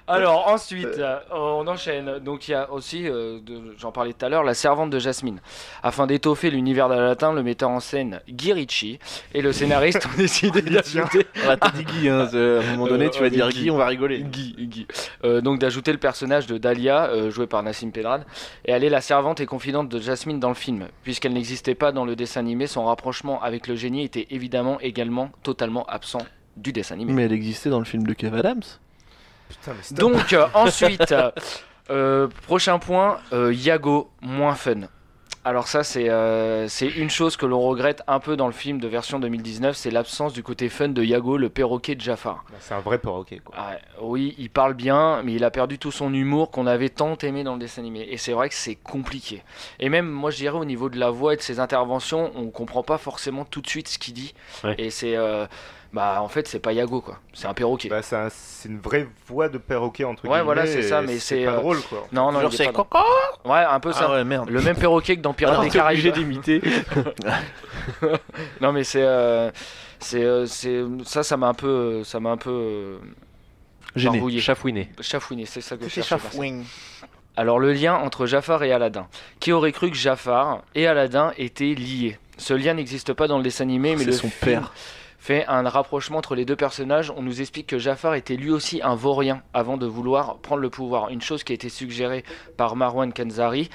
Speaker 5: Alors ensuite, euh, on enchaîne. Donc il y a aussi, euh, de- j'en parlais tout à l'heure, la servante de Jasmine. Afin d'étoffer l'univers de latin, le metteur en scène Guy Ritchie et le scénariste ont décidé d'ajouter
Speaker 1: Ah, t'as dit Guy, hein, c'est- à un moment donné,
Speaker 5: Euh,
Speaker 1: tu vas
Speaker 5: ouais,
Speaker 1: dire
Speaker 5: Guy.
Speaker 1: Guy, on va rigoler.
Speaker 5: Guy, Guy. Euh, donc d'ajouter le personnage de Dahlia, euh, joué par Nassim Pedrad, et elle est la servante et confidente de Jasmine dans le film. Puisqu'elle n'existait pas dans le dessin animé, son rapprochement avec le génie était évidemment également totalement absent du dessin animé.
Speaker 1: Mais elle existait dans le film de Kev Adams.
Speaker 3: Putain, mais stop.
Speaker 5: Donc euh, ensuite, euh, euh, prochain point, euh, Yago, moins fun. Alors ça c'est euh, c'est une chose que l'on regrette un peu dans le film de version 2019, c'est l'absence du côté fun de Yago, le perroquet de Jafar.
Speaker 3: C'est un vrai perroquet, quoi.
Speaker 5: Ah, oui, il parle bien, mais il a perdu tout son humour qu'on avait tant aimé dans le dessin animé. Et c'est vrai que c'est compliqué. Et même, moi, je dirais, au niveau de la voix et de ses interventions, on comprend pas forcément tout de suite ce qu'il dit.
Speaker 2: Ouais.
Speaker 5: Et c'est. euh, bah, en fait, c'est pas Yago, quoi. C'est un perroquet.
Speaker 3: Bah, c'est un- c'est une vraie voix de perroquet, entre
Speaker 5: Ouais,
Speaker 3: guillemets.
Speaker 5: voilà, c'est ça,
Speaker 3: et
Speaker 5: mais c'est,
Speaker 3: c'est pas
Speaker 5: euh,
Speaker 3: drôle, quoi.
Speaker 5: non, non,
Speaker 1: Genre
Speaker 5: il est
Speaker 1: c'est
Speaker 5: pas
Speaker 1: coco.
Speaker 5: dans- Ouais, un peu ça.
Speaker 1: Ah ouais, merde.
Speaker 5: Le même perroquet que dans Pirates
Speaker 1: Ah,
Speaker 5: des
Speaker 1: t'es
Speaker 5: Caraïbes.
Speaker 2: d'imiter.
Speaker 5: Non mais c'est euh, c'est euh, c'est ça ça m'a un peu ça m'a un peu euh,
Speaker 1: Gêné.
Speaker 5: barbouillé.
Speaker 2: Chafouiné.
Speaker 5: Chafouiné, c'est ça que je
Speaker 1: C'est
Speaker 5: cherchais, merci.
Speaker 1: Chafwing.
Speaker 5: Alors le lien entre Jafar et Aladdin. Qui aurait cru que Jafar et Aladdin étaient liés Ce lien n'existe pas dans le dessin animé, mais
Speaker 1: C'est
Speaker 5: le
Speaker 1: son
Speaker 5: film
Speaker 1: père.
Speaker 5: fait un rapprochement entre les deux personnages. On nous explique que Jafar était lui aussi un vaurien avant de vouloir prendre le pouvoir. Une chose qui a été suggérée par Marwan Kanzari,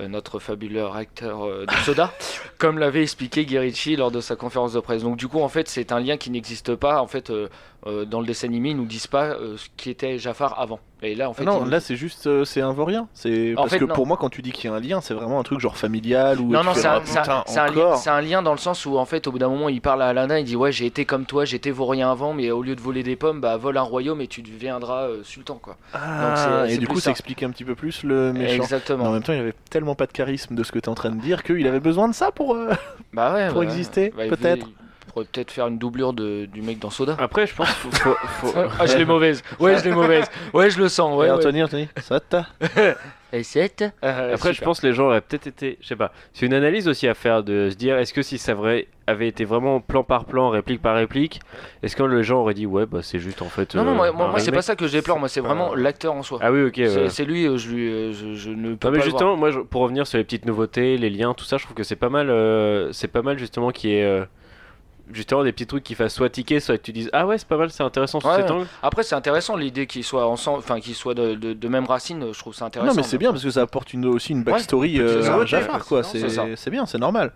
Speaker 5: euh, notre fabuleux acteur euh, de Soda, comme l'avait expliqué Guerici lors de sa conférence de presse. Donc du coup, en fait, c'est un lien qui n'existe pas. En fait, euh, euh, dans le dessin animé, ils nous disent pas euh, ce qui était Jafar avant. Et là, en fait,
Speaker 1: Ah non,
Speaker 5: ils-
Speaker 1: là c'est juste, euh, c'est un vaurien. C'est
Speaker 5: En
Speaker 1: parce
Speaker 5: fait,
Speaker 1: que
Speaker 5: non.
Speaker 1: pour moi, quand tu dis qu'il y a un lien, c'est vraiment un truc genre familial ou.
Speaker 5: Non,
Speaker 1: tu
Speaker 5: non,
Speaker 1: fais,
Speaker 5: c'est un,
Speaker 1: ah,
Speaker 5: c'est un-
Speaker 1: putain,
Speaker 5: c'est un li-
Speaker 1: encore.
Speaker 5: c'est un lien dans le sens où, en fait, au bout d'un moment, il parle à Aladdin, il dit Ouais, j'ai été comme toi, j'étais vaurien avant, mais au lieu de voler des pommes, bah, vole un royaume et tu deviendras euh, sultan, quoi.
Speaker 1: Ah,
Speaker 5: Donc, c'est-
Speaker 1: et
Speaker 5: c'est
Speaker 1: du
Speaker 5: plus
Speaker 1: coup,
Speaker 5: ça.
Speaker 1: ça explique un petit peu plus le méchant. Mais
Speaker 5: Exactement.
Speaker 1: en même temps, il avait tellement pas de charisme de ce que t'es en train de dire qu'il avait besoin de ça pour. euh,
Speaker 5: Bah ouais,
Speaker 1: Pour
Speaker 5: bah,
Speaker 1: exister,
Speaker 5: il veut-
Speaker 1: peut-être.
Speaker 5: Il pourrait peut-être faire une doublure de, du mec dans Soda.
Speaker 2: Après, je pense qu'il faut. faut- faut-
Speaker 5: ah, je l'ai mauvaise. Ouais, je l'ai mauvaise. Ouais, je le sens. Ouais,
Speaker 1: Eh,
Speaker 5: ouais.
Speaker 1: Anthony, Anthony, ça t'a.
Speaker 5: Et c'est Euh,
Speaker 2: Après, je
Speaker 5: super.
Speaker 2: pense que les gens auraient peut-être été. Je sais pas. C'est une analyse aussi à faire de se dire est-ce que si ça vrai- avait été vraiment plan par plan, réplique par réplique, est-ce que les gens auraient dit ouais, bah c'est juste en fait.
Speaker 5: Non, non,
Speaker 2: euh,
Speaker 5: moi,
Speaker 2: un
Speaker 5: moi, moi, c'est
Speaker 2: remake
Speaker 5: pas ça que j'ai peur. Moi, c'est
Speaker 3: pas-
Speaker 5: vraiment l'acteur en soi.
Speaker 2: Ah oui, ok.
Speaker 5: C'est-
Speaker 2: ouais.
Speaker 5: C'est lui, euh, je, lui euh, je, je ne peux
Speaker 2: Non mais
Speaker 5: pas. le voir.
Speaker 2: justement, moi je- pour revenir sur les petites nouveautés, les liens, tout ça, je trouve que c'est pas mal, euh, c'est pas mal justement qui est euh, justement des petits trucs qui fassent soit tiquer, soit que tu dises ah ouais c'est pas mal, c'est intéressant sous
Speaker 5: Ouais,
Speaker 2: cet
Speaker 5: ouais.
Speaker 2: angle.
Speaker 5: Après, c'est intéressant l'idée qu'ils soient ensemble, enfin qu'ils soient de, de- de même racine. Je trouve ça intéressant.
Speaker 1: Non, mais c'est bien parce que ça apporte une, aussi une backstory
Speaker 3: petit
Speaker 1: euh,
Speaker 3: nouveau
Speaker 1: à Jafar,
Speaker 3: départ,
Speaker 1: quoi.
Speaker 3: sinon,
Speaker 1: C'est
Speaker 5: c'est ça.
Speaker 1: c'est bien, c'est normal.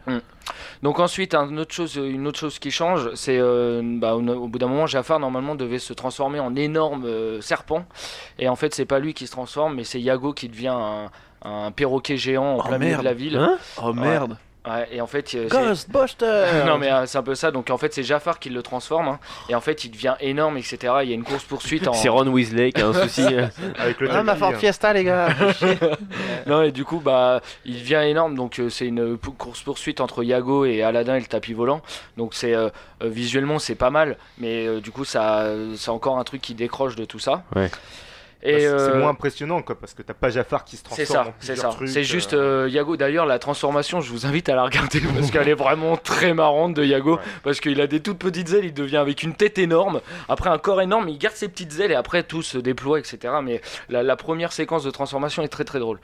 Speaker 5: Donc ensuite, un autre chose, une autre chose qui change, c'est euh, bah, au, au bout d'un moment, Jafar normalement devait se transformer en énorme euh, serpent, et en fait, c'est pas lui qui se transforme, mais c'est Yago qui devient un, un perroquet géant en
Speaker 1: Oh,
Speaker 5: plein milieu
Speaker 1: merde.
Speaker 5: de la ville.
Speaker 2: Hein
Speaker 1: Oh merde.
Speaker 5: Ouais, et en fait, euh, c'est-
Speaker 1: Ghostbusters
Speaker 5: non mais euh, c'est un peu ça. Donc en fait, c'est Jafar qui le transforme. hein. Et en fait, il devient énorme, etc. Il y a une course poursuite en.
Speaker 2: C'est Ron Weasley qui a un souci.
Speaker 3: Avec le
Speaker 1: Ah, ma
Speaker 3: tamis,
Speaker 1: Ford
Speaker 3: hein.
Speaker 1: Fiesta, les gars
Speaker 5: Non et du coup, bah, il devient énorme. Donc euh, c'est une course poursuite entre Yago et Aladdin et le tapis volant. Donc c'est euh, euh, visuellement c'est pas mal, mais euh, du coup ça, euh, c'est encore un truc qui décroche de tout ça.
Speaker 2: Ouais.
Speaker 5: Et
Speaker 3: Bah, c'est-
Speaker 5: euh,
Speaker 3: C'est moins impressionnant quoi, parce que t'as pas Jafar qui se
Speaker 5: C'est
Speaker 3: transforme.
Speaker 5: ça,
Speaker 3: en
Speaker 5: c'est
Speaker 3: plusieurs
Speaker 5: ça.
Speaker 3: trucs,
Speaker 5: C'est juste
Speaker 3: euh,
Speaker 5: euh, Yago. D'ailleurs, la transformation, je vous invite à la regarder parce qu'elle est vraiment très marrante de Yago.
Speaker 3: Ouais.
Speaker 5: Parce qu'il a des toutes petites ailes, il devient avec une tête énorme. Après, un corps énorme, il garde ses petites ailes et après tout se déploie, etc. Mais la, la première séquence de transformation est très très drôle.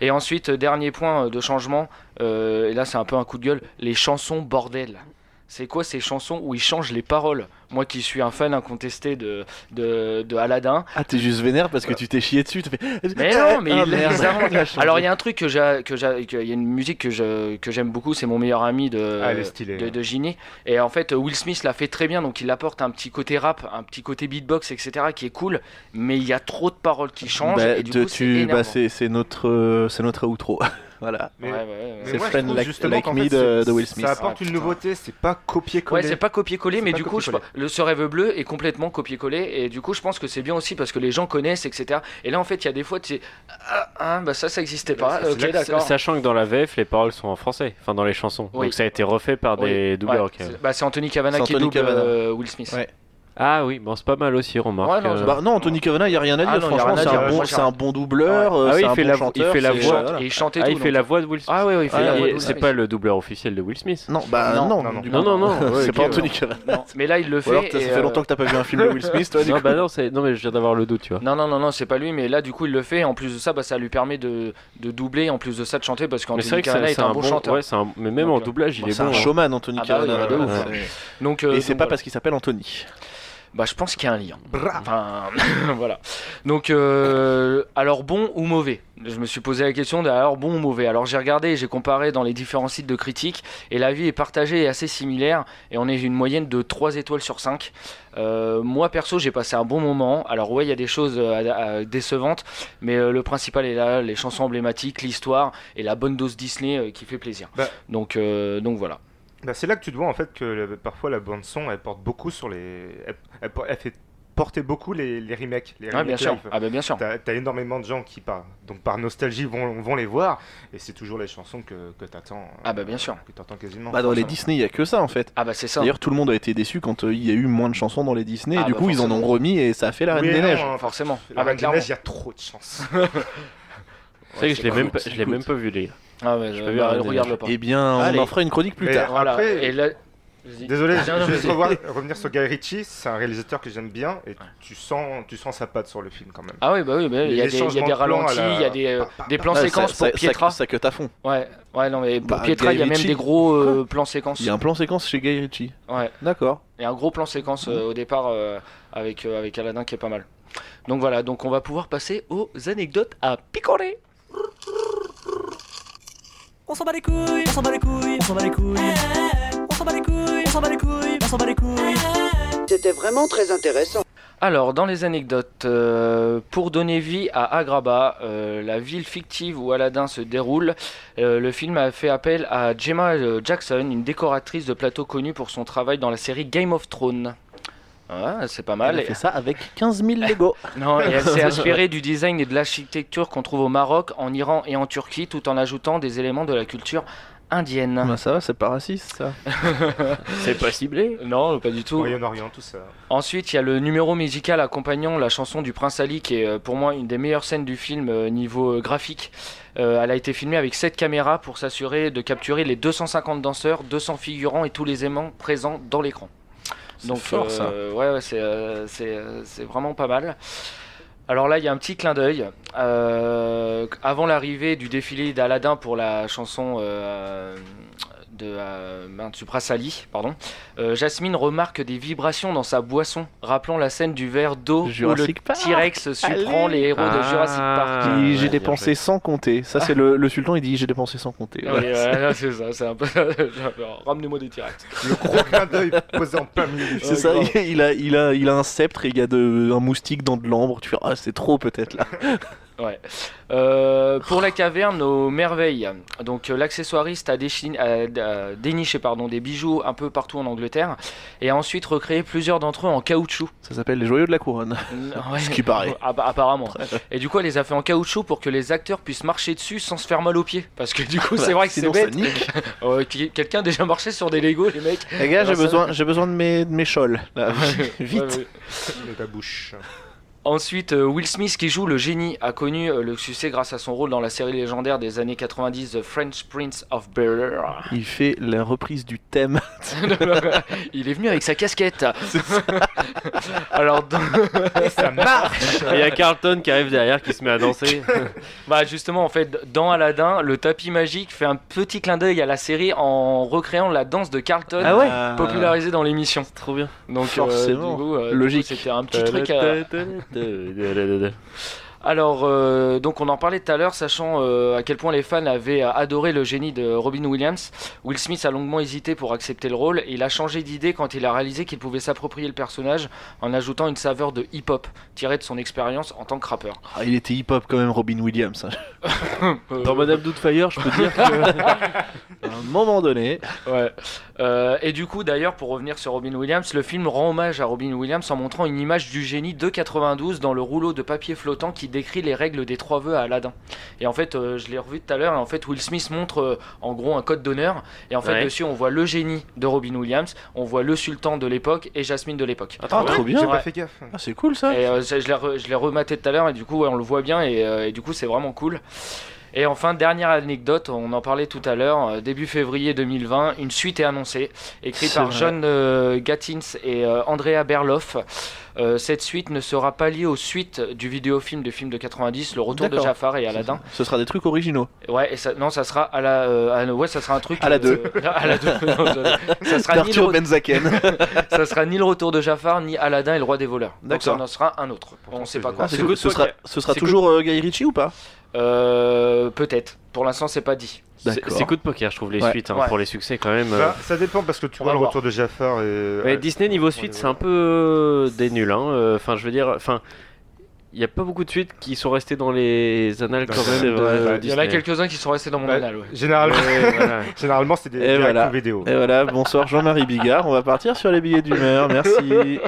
Speaker 5: Et ensuite, euh, dernier point euh, de changement, euh, et là c'est un peu un coup de gueule les chansons bordel. C'est quoi ces chansons où ils changent les paroles Moi qui suis un fan incontesté de, de, de Aladdin,
Speaker 1: Ah, t'es juste vénère parce que tu t'es chié dessus, t'as fait...
Speaker 5: mais non, mais
Speaker 1: Ah,
Speaker 5: il-
Speaker 1: merde.
Speaker 5: ils inventent.
Speaker 1: Il a changé.
Speaker 5: Alors il y a un truc que j'ai, que j'ai, que- il y a une musique que je, que j'aime beaucoup, c'est mon meilleur ami de,
Speaker 3: Ah, elle est stylée.
Speaker 5: de, de Ginny. Et en fait, Will Smith la fait très bien, donc il apporte un petit côté rap, un petit côté beatbox, etc., qui est cool. Mais il y a trop de paroles qui changent.
Speaker 1: Bah,
Speaker 5: et du
Speaker 1: de-
Speaker 5: coup, c'est
Speaker 1: tu,
Speaker 5: énervant.
Speaker 1: bah, c'est c'est notre, euh, c'est notre outro. voilà.
Speaker 3: mais-
Speaker 5: Ouais, ouais, ouais.
Speaker 3: mais
Speaker 1: c'est
Speaker 3: moi, je
Speaker 1: Friend
Speaker 3: trouve
Speaker 1: Like-
Speaker 3: justement
Speaker 1: Like
Speaker 3: qu'en
Speaker 1: Me
Speaker 3: fait,
Speaker 1: de-
Speaker 3: c'est-
Speaker 1: de Will Smith.
Speaker 3: Ça apporte
Speaker 5: Ah,
Speaker 3: une
Speaker 5: putain.
Speaker 3: nouveauté, c'est pas
Speaker 5: Ouais,
Speaker 3: copier-coller.
Speaker 5: c'est pas copier-coller,
Speaker 3: C'est
Speaker 5: mais
Speaker 3: pas
Speaker 5: du coup, je-
Speaker 3: copier-coller.
Speaker 5: le ce rêve bleu est complètement copier-coller, et du coup, je pense que c'est bien aussi parce que les gens connaissent, etc. Et là, en fait, il y a des fois, tu sais, ah, ah, bah ça, ça existait pas.
Speaker 3: c'est- c'est
Speaker 5: ok,
Speaker 3: là que-
Speaker 5: d'accord.
Speaker 2: Sachant que dans la VF, les paroles sont en français, enfin dans les chansons.
Speaker 5: Oui.
Speaker 2: Donc ça a été refait par des
Speaker 5: Oui,
Speaker 2: doubleurs.
Speaker 5: ouais,
Speaker 2: qui-
Speaker 5: c'est- bah, c'est Anthony Cavana
Speaker 1: C'est
Speaker 5: qui
Speaker 1: Anthony
Speaker 5: double
Speaker 1: Cavana.
Speaker 5: euh, Will Smith.
Speaker 1: Ouais.
Speaker 2: Ah oui, bon, c'est pas mal aussi, remarque.
Speaker 5: Ouais, non,
Speaker 2: euh.
Speaker 5: c'est
Speaker 1: Bah, non, Anthony Cavana, il a rien à dire.
Speaker 5: Ah non, y a
Speaker 1: Franchement,
Speaker 5: rien à
Speaker 1: c'est
Speaker 5: dire.
Speaker 1: un,
Speaker 5: Moi,
Speaker 1: bon,
Speaker 5: j'ai
Speaker 1: c'est
Speaker 5: un-
Speaker 1: un bon doubleur. euh,
Speaker 2: Ah oui,
Speaker 1: c'est
Speaker 2: il
Speaker 1: un
Speaker 2: fait
Speaker 1: bon
Speaker 2: la- il
Speaker 1: chanteur,
Speaker 2: fait la
Speaker 1: c'est-
Speaker 5: Il
Speaker 2: voix.
Speaker 5: chante-
Speaker 1: voilà.
Speaker 5: et il chantait
Speaker 2: Ah,
Speaker 5: tout.
Speaker 2: il fait
Speaker 5: donc.
Speaker 2: la voix de Will Smith.
Speaker 5: Ah ouais, ouais, il fait
Speaker 1: Ah,
Speaker 5: la
Speaker 1: ouais,
Speaker 5: voix de
Speaker 2: Et
Speaker 5: Will
Speaker 2: c'est
Speaker 5: Smith.
Speaker 2: pas le doubleur officiel de Will Smith.
Speaker 1: Non, bah
Speaker 5: Non,
Speaker 1: non,
Speaker 3: non, non.
Speaker 1: du
Speaker 2: Non,
Speaker 1: coup,
Speaker 2: non, non. ouais,
Speaker 1: c'est
Speaker 2: ok,
Speaker 1: pas
Speaker 2: ouais.
Speaker 1: Anthony Cavana.
Speaker 5: Non, mais là, il le
Speaker 1: Ou
Speaker 5: fait.
Speaker 1: alors, t'as- ça
Speaker 5: et,
Speaker 1: fait
Speaker 5: euh,
Speaker 1: longtemps que t'as pas vu un film de Will Smith, toi, du
Speaker 2: Non,
Speaker 1: coup.
Speaker 2: bah non, c'est- non, mais je viens d'avoir le doute, tu vois.
Speaker 5: Non, non, non, non, c'est pas lui, mais là, du coup, il le fait. Et en plus de ça, bah, ça lui permet de, de doubler. En plus de ça, de chanter parce
Speaker 2: Mais
Speaker 5: qu'Anthony
Speaker 2: c'est vrai que
Speaker 5: Cavana
Speaker 2: c'est
Speaker 5: est,
Speaker 2: c'est
Speaker 5: un, bon chanteur.
Speaker 2: ouais, c'est un- mais même
Speaker 5: Donc,
Speaker 2: en
Speaker 5: euh,
Speaker 2: doublage, il
Speaker 1: Bah,
Speaker 2: est
Speaker 1: c'est un
Speaker 2: bon. hein.
Speaker 1: showman, Anthony
Speaker 5: Ah bah oui,
Speaker 1: Cavana.
Speaker 5: ouais,
Speaker 1: ouais,
Speaker 5: de ouf.
Speaker 1: ouais.
Speaker 5: Donc, euh,
Speaker 1: Et c'est
Speaker 5: donc,
Speaker 1: pas
Speaker 5: voilà.
Speaker 1: parce qu'il s'appelle Anthony.
Speaker 5: Bah, je pense qu'il y a un lien.
Speaker 3: Bra-
Speaker 5: Enfin, voilà. Donc, euh, alors bon ou mauvais Je me suis posé la question de alors bon ou mauvais. Alors j'ai regardé, et j'ai comparé dans les différents sites de critiques et l'avis est partagé et assez similaire. Et on est une moyenne de 3 étoiles sur 5. moi perso, j'ai passé un bon moment. Alors, ouais, il y a des choses euh, à- à- décevantes, mais euh, le principal est là les chansons emblématiques, l'histoire et la bonne dose Disney euh, qui fait plaisir.
Speaker 3: Bah.
Speaker 5: Donc, euh, donc voilà.
Speaker 3: Bah, c'est là que tu te vois en fait que euh, parfois la bande son elle porte beaucoup sur les. Elle, elle por- elle fait porter beaucoup les, les remakes. Les
Speaker 5: Ouais,
Speaker 3: remakes
Speaker 5: bien sûr.
Speaker 3: live.
Speaker 5: Ah, bah, bien sûr.
Speaker 3: T'as t'as énormément de gens qui par, donc par nostalgie vont, vont les voir et c'est toujours les chansons que, que t'attends.
Speaker 5: Ah bah, bien sûr.
Speaker 3: Que t'entends quasiment.
Speaker 1: Bah, dans les
Speaker 3: Franchement.
Speaker 1: Disney, il y a que ça, en fait.
Speaker 5: Ah, bah, c'est ça.
Speaker 1: D'ailleurs, tout le monde a été déçu quand euh, il y a eu moins de chansons dans les Disney.
Speaker 5: Ah
Speaker 1: et du
Speaker 5: bah,
Speaker 1: coup, ils en ont
Speaker 5: forcément.
Speaker 1: remis et ça a fait la Reine
Speaker 3: Oui,
Speaker 1: des
Speaker 3: non,
Speaker 1: Neiges.
Speaker 3: hein,
Speaker 5: Forcément.
Speaker 3: La
Speaker 5: Ah, bah,
Speaker 3: Reine des
Speaker 5: clairement.
Speaker 3: Neiges, il y a trop de chance.
Speaker 2: C'est vrai que je l'ai
Speaker 5: Ouais,
Speaker 2: même, pas-
Speaker 5: écoute,
Speaker 2: je l'ai
Speaker 5: écoute.
Speaker 2: même pas vu, les gars.
Speaker 5: Ah, bah,
Speaker 2: Je
Speaker 5: euh,
Speaker 2: peux
Speaker 5: bah,
Speaker 2: bien
Speaker 5: regarde-le pas.
Speaker 1: Eh bien,
Speaker 5: Allez.
Speaker 1: on en fera une chronique plus
Speaker 3: Mais-
Speaker 1: tard.
Speaker 5: Voilà.
Speaker 3: Après-
Speaker 5: Et là... Vas-y.
Speaker 3: Désolé,
Speaker 5: Non, non,
Speaker 3: je vais
Speaker 5: vas-y.
Speaker 3: revoir- revenir sur Guy Ritchie, c'est un réalisateur que j'aime bien et tu sens, tu sens sa patte sur le film quand même.
Speaker 5: Ah oui, bah oui, bah, il y a
Speaker 3: Les
Speaker 5: des, il y a
Speaker 3: changements
Speaker 5: des
Speaker 3: de plan
Speaker 5: ralentis,
Speaker 3: à la-
Speaker 5: il y a des, euh,
Speaker 3: Pa, pa,
Speaker 5: des
Speaker 3: pa.
Speaker 5: plans
Speaker 1: Ah, ça-
Speaker 5: séquences
Speaker 1: ça-
Speaker 5: pour
Speaker 1: ça-
Speaker 5: Pietra.
Speaker 1: Ça que à fond.
Speaker 5: Ouais, ouais, non, mais pour
Speaker 1: Bah,
Speaker 5: Pietra, il y a
Speaker 1: Guy
Speaker 5: même
Speaker 1: Ritchie.
Speaker 5: des gros euh, plans séquences.
Speaker 1: Il y a un plan séquence chez Guy Ritchie.
Speaker 5: Ouais,
Speaker 1: D'accord.
Speaker 5: il y a un gros plan séquence euh, au départ euh, avec, euh, avec Aladdin qui est pas mal. Donc voilà, donc on va pouvoir passer aux anecdotes à picorer.
Speaker 7: On s'en bat les couilles, on s'en bat les couilles, on s'en bat les couilles. Eh, On s'en bat les couilles, on s'en bat les couilles, on s'en bat les couilles.
Speaker 8: C'était vraiment très intéressant.
Speaker 5: Alors, dans les anecdotes, euh, pour donner vie à Agrabah, euh, la ville fictive où Aladdin se déroule, euh, le film a fait appel à Gemma euh, Jackson, une décoratrice de plateau connue pour son travail dans la série Game of Thrones. Ah, c'est pas mal.
Speaker 1: Elle a fait ça avec 15 000 Lego.
Speaker 5: Non, et elle s'est inspirée du design et de l'architecture qu'on trouve au Maroc, en Iran et en Turquie, tout en ajoutant des éléments de la culture indienne.
Speaker 1: bah ça va, c'est pas raciste ça.
Speaker 2: C'est pas ciblé.
Speaker 5: Non, pas du tout.
Speaker 3: Moyen-Orient, tout ça.
Speaker 5: Ensuite, il y a le numéro musical accompagnant la chanson du Prince Ali, qui est euh, pour moi une des meilleures scènes du film euh, niveau euh, graphique. Euh, elle a été filmée avec 7 caméras pour s'assurer de capturer les 250 danseurs, 200 figurants et tous les aimants présents dans l'écran. Donc,
Speaker 1: fort, ça.
Speaker 5: euh, ouais, ouais, c'est, euh, c'est, euh, c'est vraiment pas mal. Alors là, il y a un petit clin d'œil. Euh, avant l'arrivée du défilé d'Aladin pour la chanson euh, de euh, mince, Supra Sali, pardon, euh, Jasmine remarque des vibrations dans sa boisson, rappelant la scène du verre d'eau où le
Speaker 1: Jurassic Park.
Speaker 5: T-Rex surprend les héros de Jurassic Park.
Speaker 2: Ah,
Speaker 1: Il dit,
Speaker 2: ouais,
Speaker 1: j'ai
Speaker 2: bien
Speaker 1: dépensé sans compter. Ça c'est le, le sultan il dit j'ai dépensé sans compter.
Speaker 5: Oui,
Speaker 1: Voilà.
Speaker 5: voilà, c'est ça, c'est un peu. Ramenez-moi des T-Rex.
Speaker 3: Le gros clin d'œil posé en plein milieu.
Speaker 1: C'est ça,
Speaker 5: grave.
Speaker 1: il a, il, a, il a un sceptre et il y a de, un moustique dans de l'ambre. Tu fais, ah, c'est trop ah, peut-être là.
Speaker 5: Ouais. Euh, pour la caverne aux merveilles, donc euh, l'accessoiriste a, déchi- a- a déniché pardon, des bijoux un peu partout en Angleterre et a ensuite recréé plusieurs d'entre eux en caoutchouc.
Speaker 1: Ça s'appelle les joyaux de la couronne.
Speaker 5: Ouais.
Speaker 1: Ce qui paraît.
Speaker 5: Ah bah, apparemment. Et du coup, elle les a fait en caoutchouc pour que les acteurs puissent marcher dessus sans se faire mal aux pieds. Parce que du coup, c'est vrai que c'est
Speaker 1: Ah bah, Sinon, ça
Speaker 5: bête.
Speaker 1: nique.
Speaker 5: Euh, qui- Quelqu'un a déjà marché sur des Lego, les mecs.
Speaker 1: Les gars, j'ai
Speaker 5: Alors ça-
Speaker 1: besoin, j'ai besoin de mes, de mes chols. Là, vite.
Speaker 5: Ouais, ouais.
Speaker 3: de Oh, ta bouche.
Speaker 5: Euh, Ensuite, euh, Will Smith, qui joue le génie, a connu euh, le succès grâce à son rôle dans la série légendaire des années 90, The French Prince of Bel-Air.
Speaker 1: Il fait la reprise du thème.
Speaker 5: Il est venu avec sa casquette. Alors, dans-
Speaker 3: Ça marche
Speaker 2: Et il y a Carlton qui arrive derrière qui se met à danser.
Speaker 5: bah justement, en fait, dans Aladdin, le tapis magique fait un petit clin d'œil à la série en recréant la danse de Carlton.
Speaker 2: Ah ouais
Speaker 5: popularisée dans l'émission.
Speaker 2: Trop bien.
Speaker 5: Donc euh,
Speaker 1: Forcément.
Speaker 5: du coup, euh, du coup,
Speaker 1: Logique.
Speaker 5: C'était un petit truc. à- Alors euh, donc on en parlait tout à l'heure, sachant euh, à quel point les fans avaient euh, adoré le génie de Robin Williams. Will Smith a longuement hésité pour accepter le rôle. et Il a changé d'idée quand il a réalisé qu'il pouvait s'approprier le personnage en ajoutant une saveur de hip-hop tirée de son expérience en tant que rappeur.
Speaker 1: Ah, il était hip-hop quand même, Robin Williams. hein.
Speaker 5: Euh,
Speaker 2: Dans Madame Doubtfire, je peux dire que.
Speaker 1: À un moment donné,
Speaker 5: Ouais. Euh, et du coup, d'ailleurs, pour revenir sur Robin Williams, le film rend hommage à Robin Williams en montrant une image du génie de 92 dans le rouleau de papier flottant qui décrit les règles des trois vœux à Aladdin. Et en fait, euh, je l'ai revu tout à l'heure, et en fait, Will Smith montre euh, en gros un code d'honneur. Et en fait,
Speaker 2: Ouais.
Speaker 5: dessus, on voit le génie de Robin Williams, on voit le sultan de l'époque et Jasmine de l'époque.
Speaker 1: Ah, trop bien.
Speaker 3: J'ai
Speaker 5: Ouais.
Speaker 3: pas fait gaffe.
Speaker 1: Ah, c'est cool ça.
Speaker 5: Et euh, ça, je l'ai re- je l'ai rematé tout à l'heure et du coup ouais, on le voit bien et, euh, et du coup c'est vraiment cool. Et enfin, dernière anecdote, on en parlait tout à l'heure, euh, début février 2020, une suite est annoncée, écrite
Speaker 1: C'est
Speaker 5: par
Speaker 1: vrai.
Speaker 5: John euh, Gatins et euh, Andrea Berloff. Euh, cette suite ne sera pas liée aux suites du vidéofilm du film de 90, Le Retour de
Speaker 1: D'accord.
Speaker 5: Jafar et Aladdin.
Speaker 1: Ce sera des trucs originaux.
Speaker 5: Ouais, et ça, non, ça sera à la, euh, à la- ouais, ça sera un truc
Speaker 1: À la
Speaker 5: euh,
Speaker 1: deux.
Speaker 5: non, à la deux, non, je- ça sera ni le
Speaker 1: D'Arthur
Speaker 5: re-
Speaker 1: Benzaken.
Speaker 5: ça sera ni le Retour de Jafar ni Aladdin et le Roi des voleurs. Donc ça
Speaker 1: D'accord.
Speaker 5: en sera un autre. On sait pas quoi.
Speaker 1: Ah, c'est
Speaker 2: C'est
Speaker 1: cool.
Speaker 2: good,
Speaker 1: Ce
Speaker 2: toi,
Speaker 1: sera,
Speaker 2: qui-
Speaker 1: ce sera
Speaker 2: c'est
Speaker 1: toujours euh, Guy Ritchie ou pas
Speaker 5: Euh, peut-être. Pour l'instant, c'est pas dit.
Speaker 2: C'est c'est coup de poker, je trouve, les
Speaker 1: Ouais.
Speaker 2: suites. hein,
Speaker 5: Ouais.
Speaker 2: Pour les succès, quand même. euh.
Speaker 3: Ça, Bah, ça dépend parce que tu
Speaker 5: On
Speaker 3: vois
Speaker 5: va
Speaker 3: le
Speaker 5: voir.
Speaker 3: retour de Jafar et.
Speaker 2: Mais
Speaker 3: Ah,
Speaker 2: Disney, niveau
Speaker 3: on
Speaker 2: suite,
Speaker 3: est-
Speaker 2: c'est un peu euh, des nuls. hein. Euh, Enfin, je veux dire. Enfin. Il n'y a pas beaucoup de suites qui sont restées dans les annales
Speaker 3: Dans
Speaker 2: quand
Speaker 3: les
Speaker 2: même.
Speaker 3: annales,
Speaker 2: de
Speaker 3: ouais. Il
Speaker 5: Il y en a
Speaker 2: Disney.
Speaker 5: quelques-uns qui sont restés dans mon
Speaker 3: Bah,
Speaker 5: anal, ouais.
Speaker 3: Généralement,
Speaker 2: Ouais, voilà.
Speaker 3: généralement c'est des
Speaker 1: Et
Speaker 3: directs
Speaker 1: voilà.
Speaker 3: ou vidéo.
Speaker 1: Et voilà, bonsoir Jean-Marie Bigard. On va partir sur les billets d'humeur. Merci.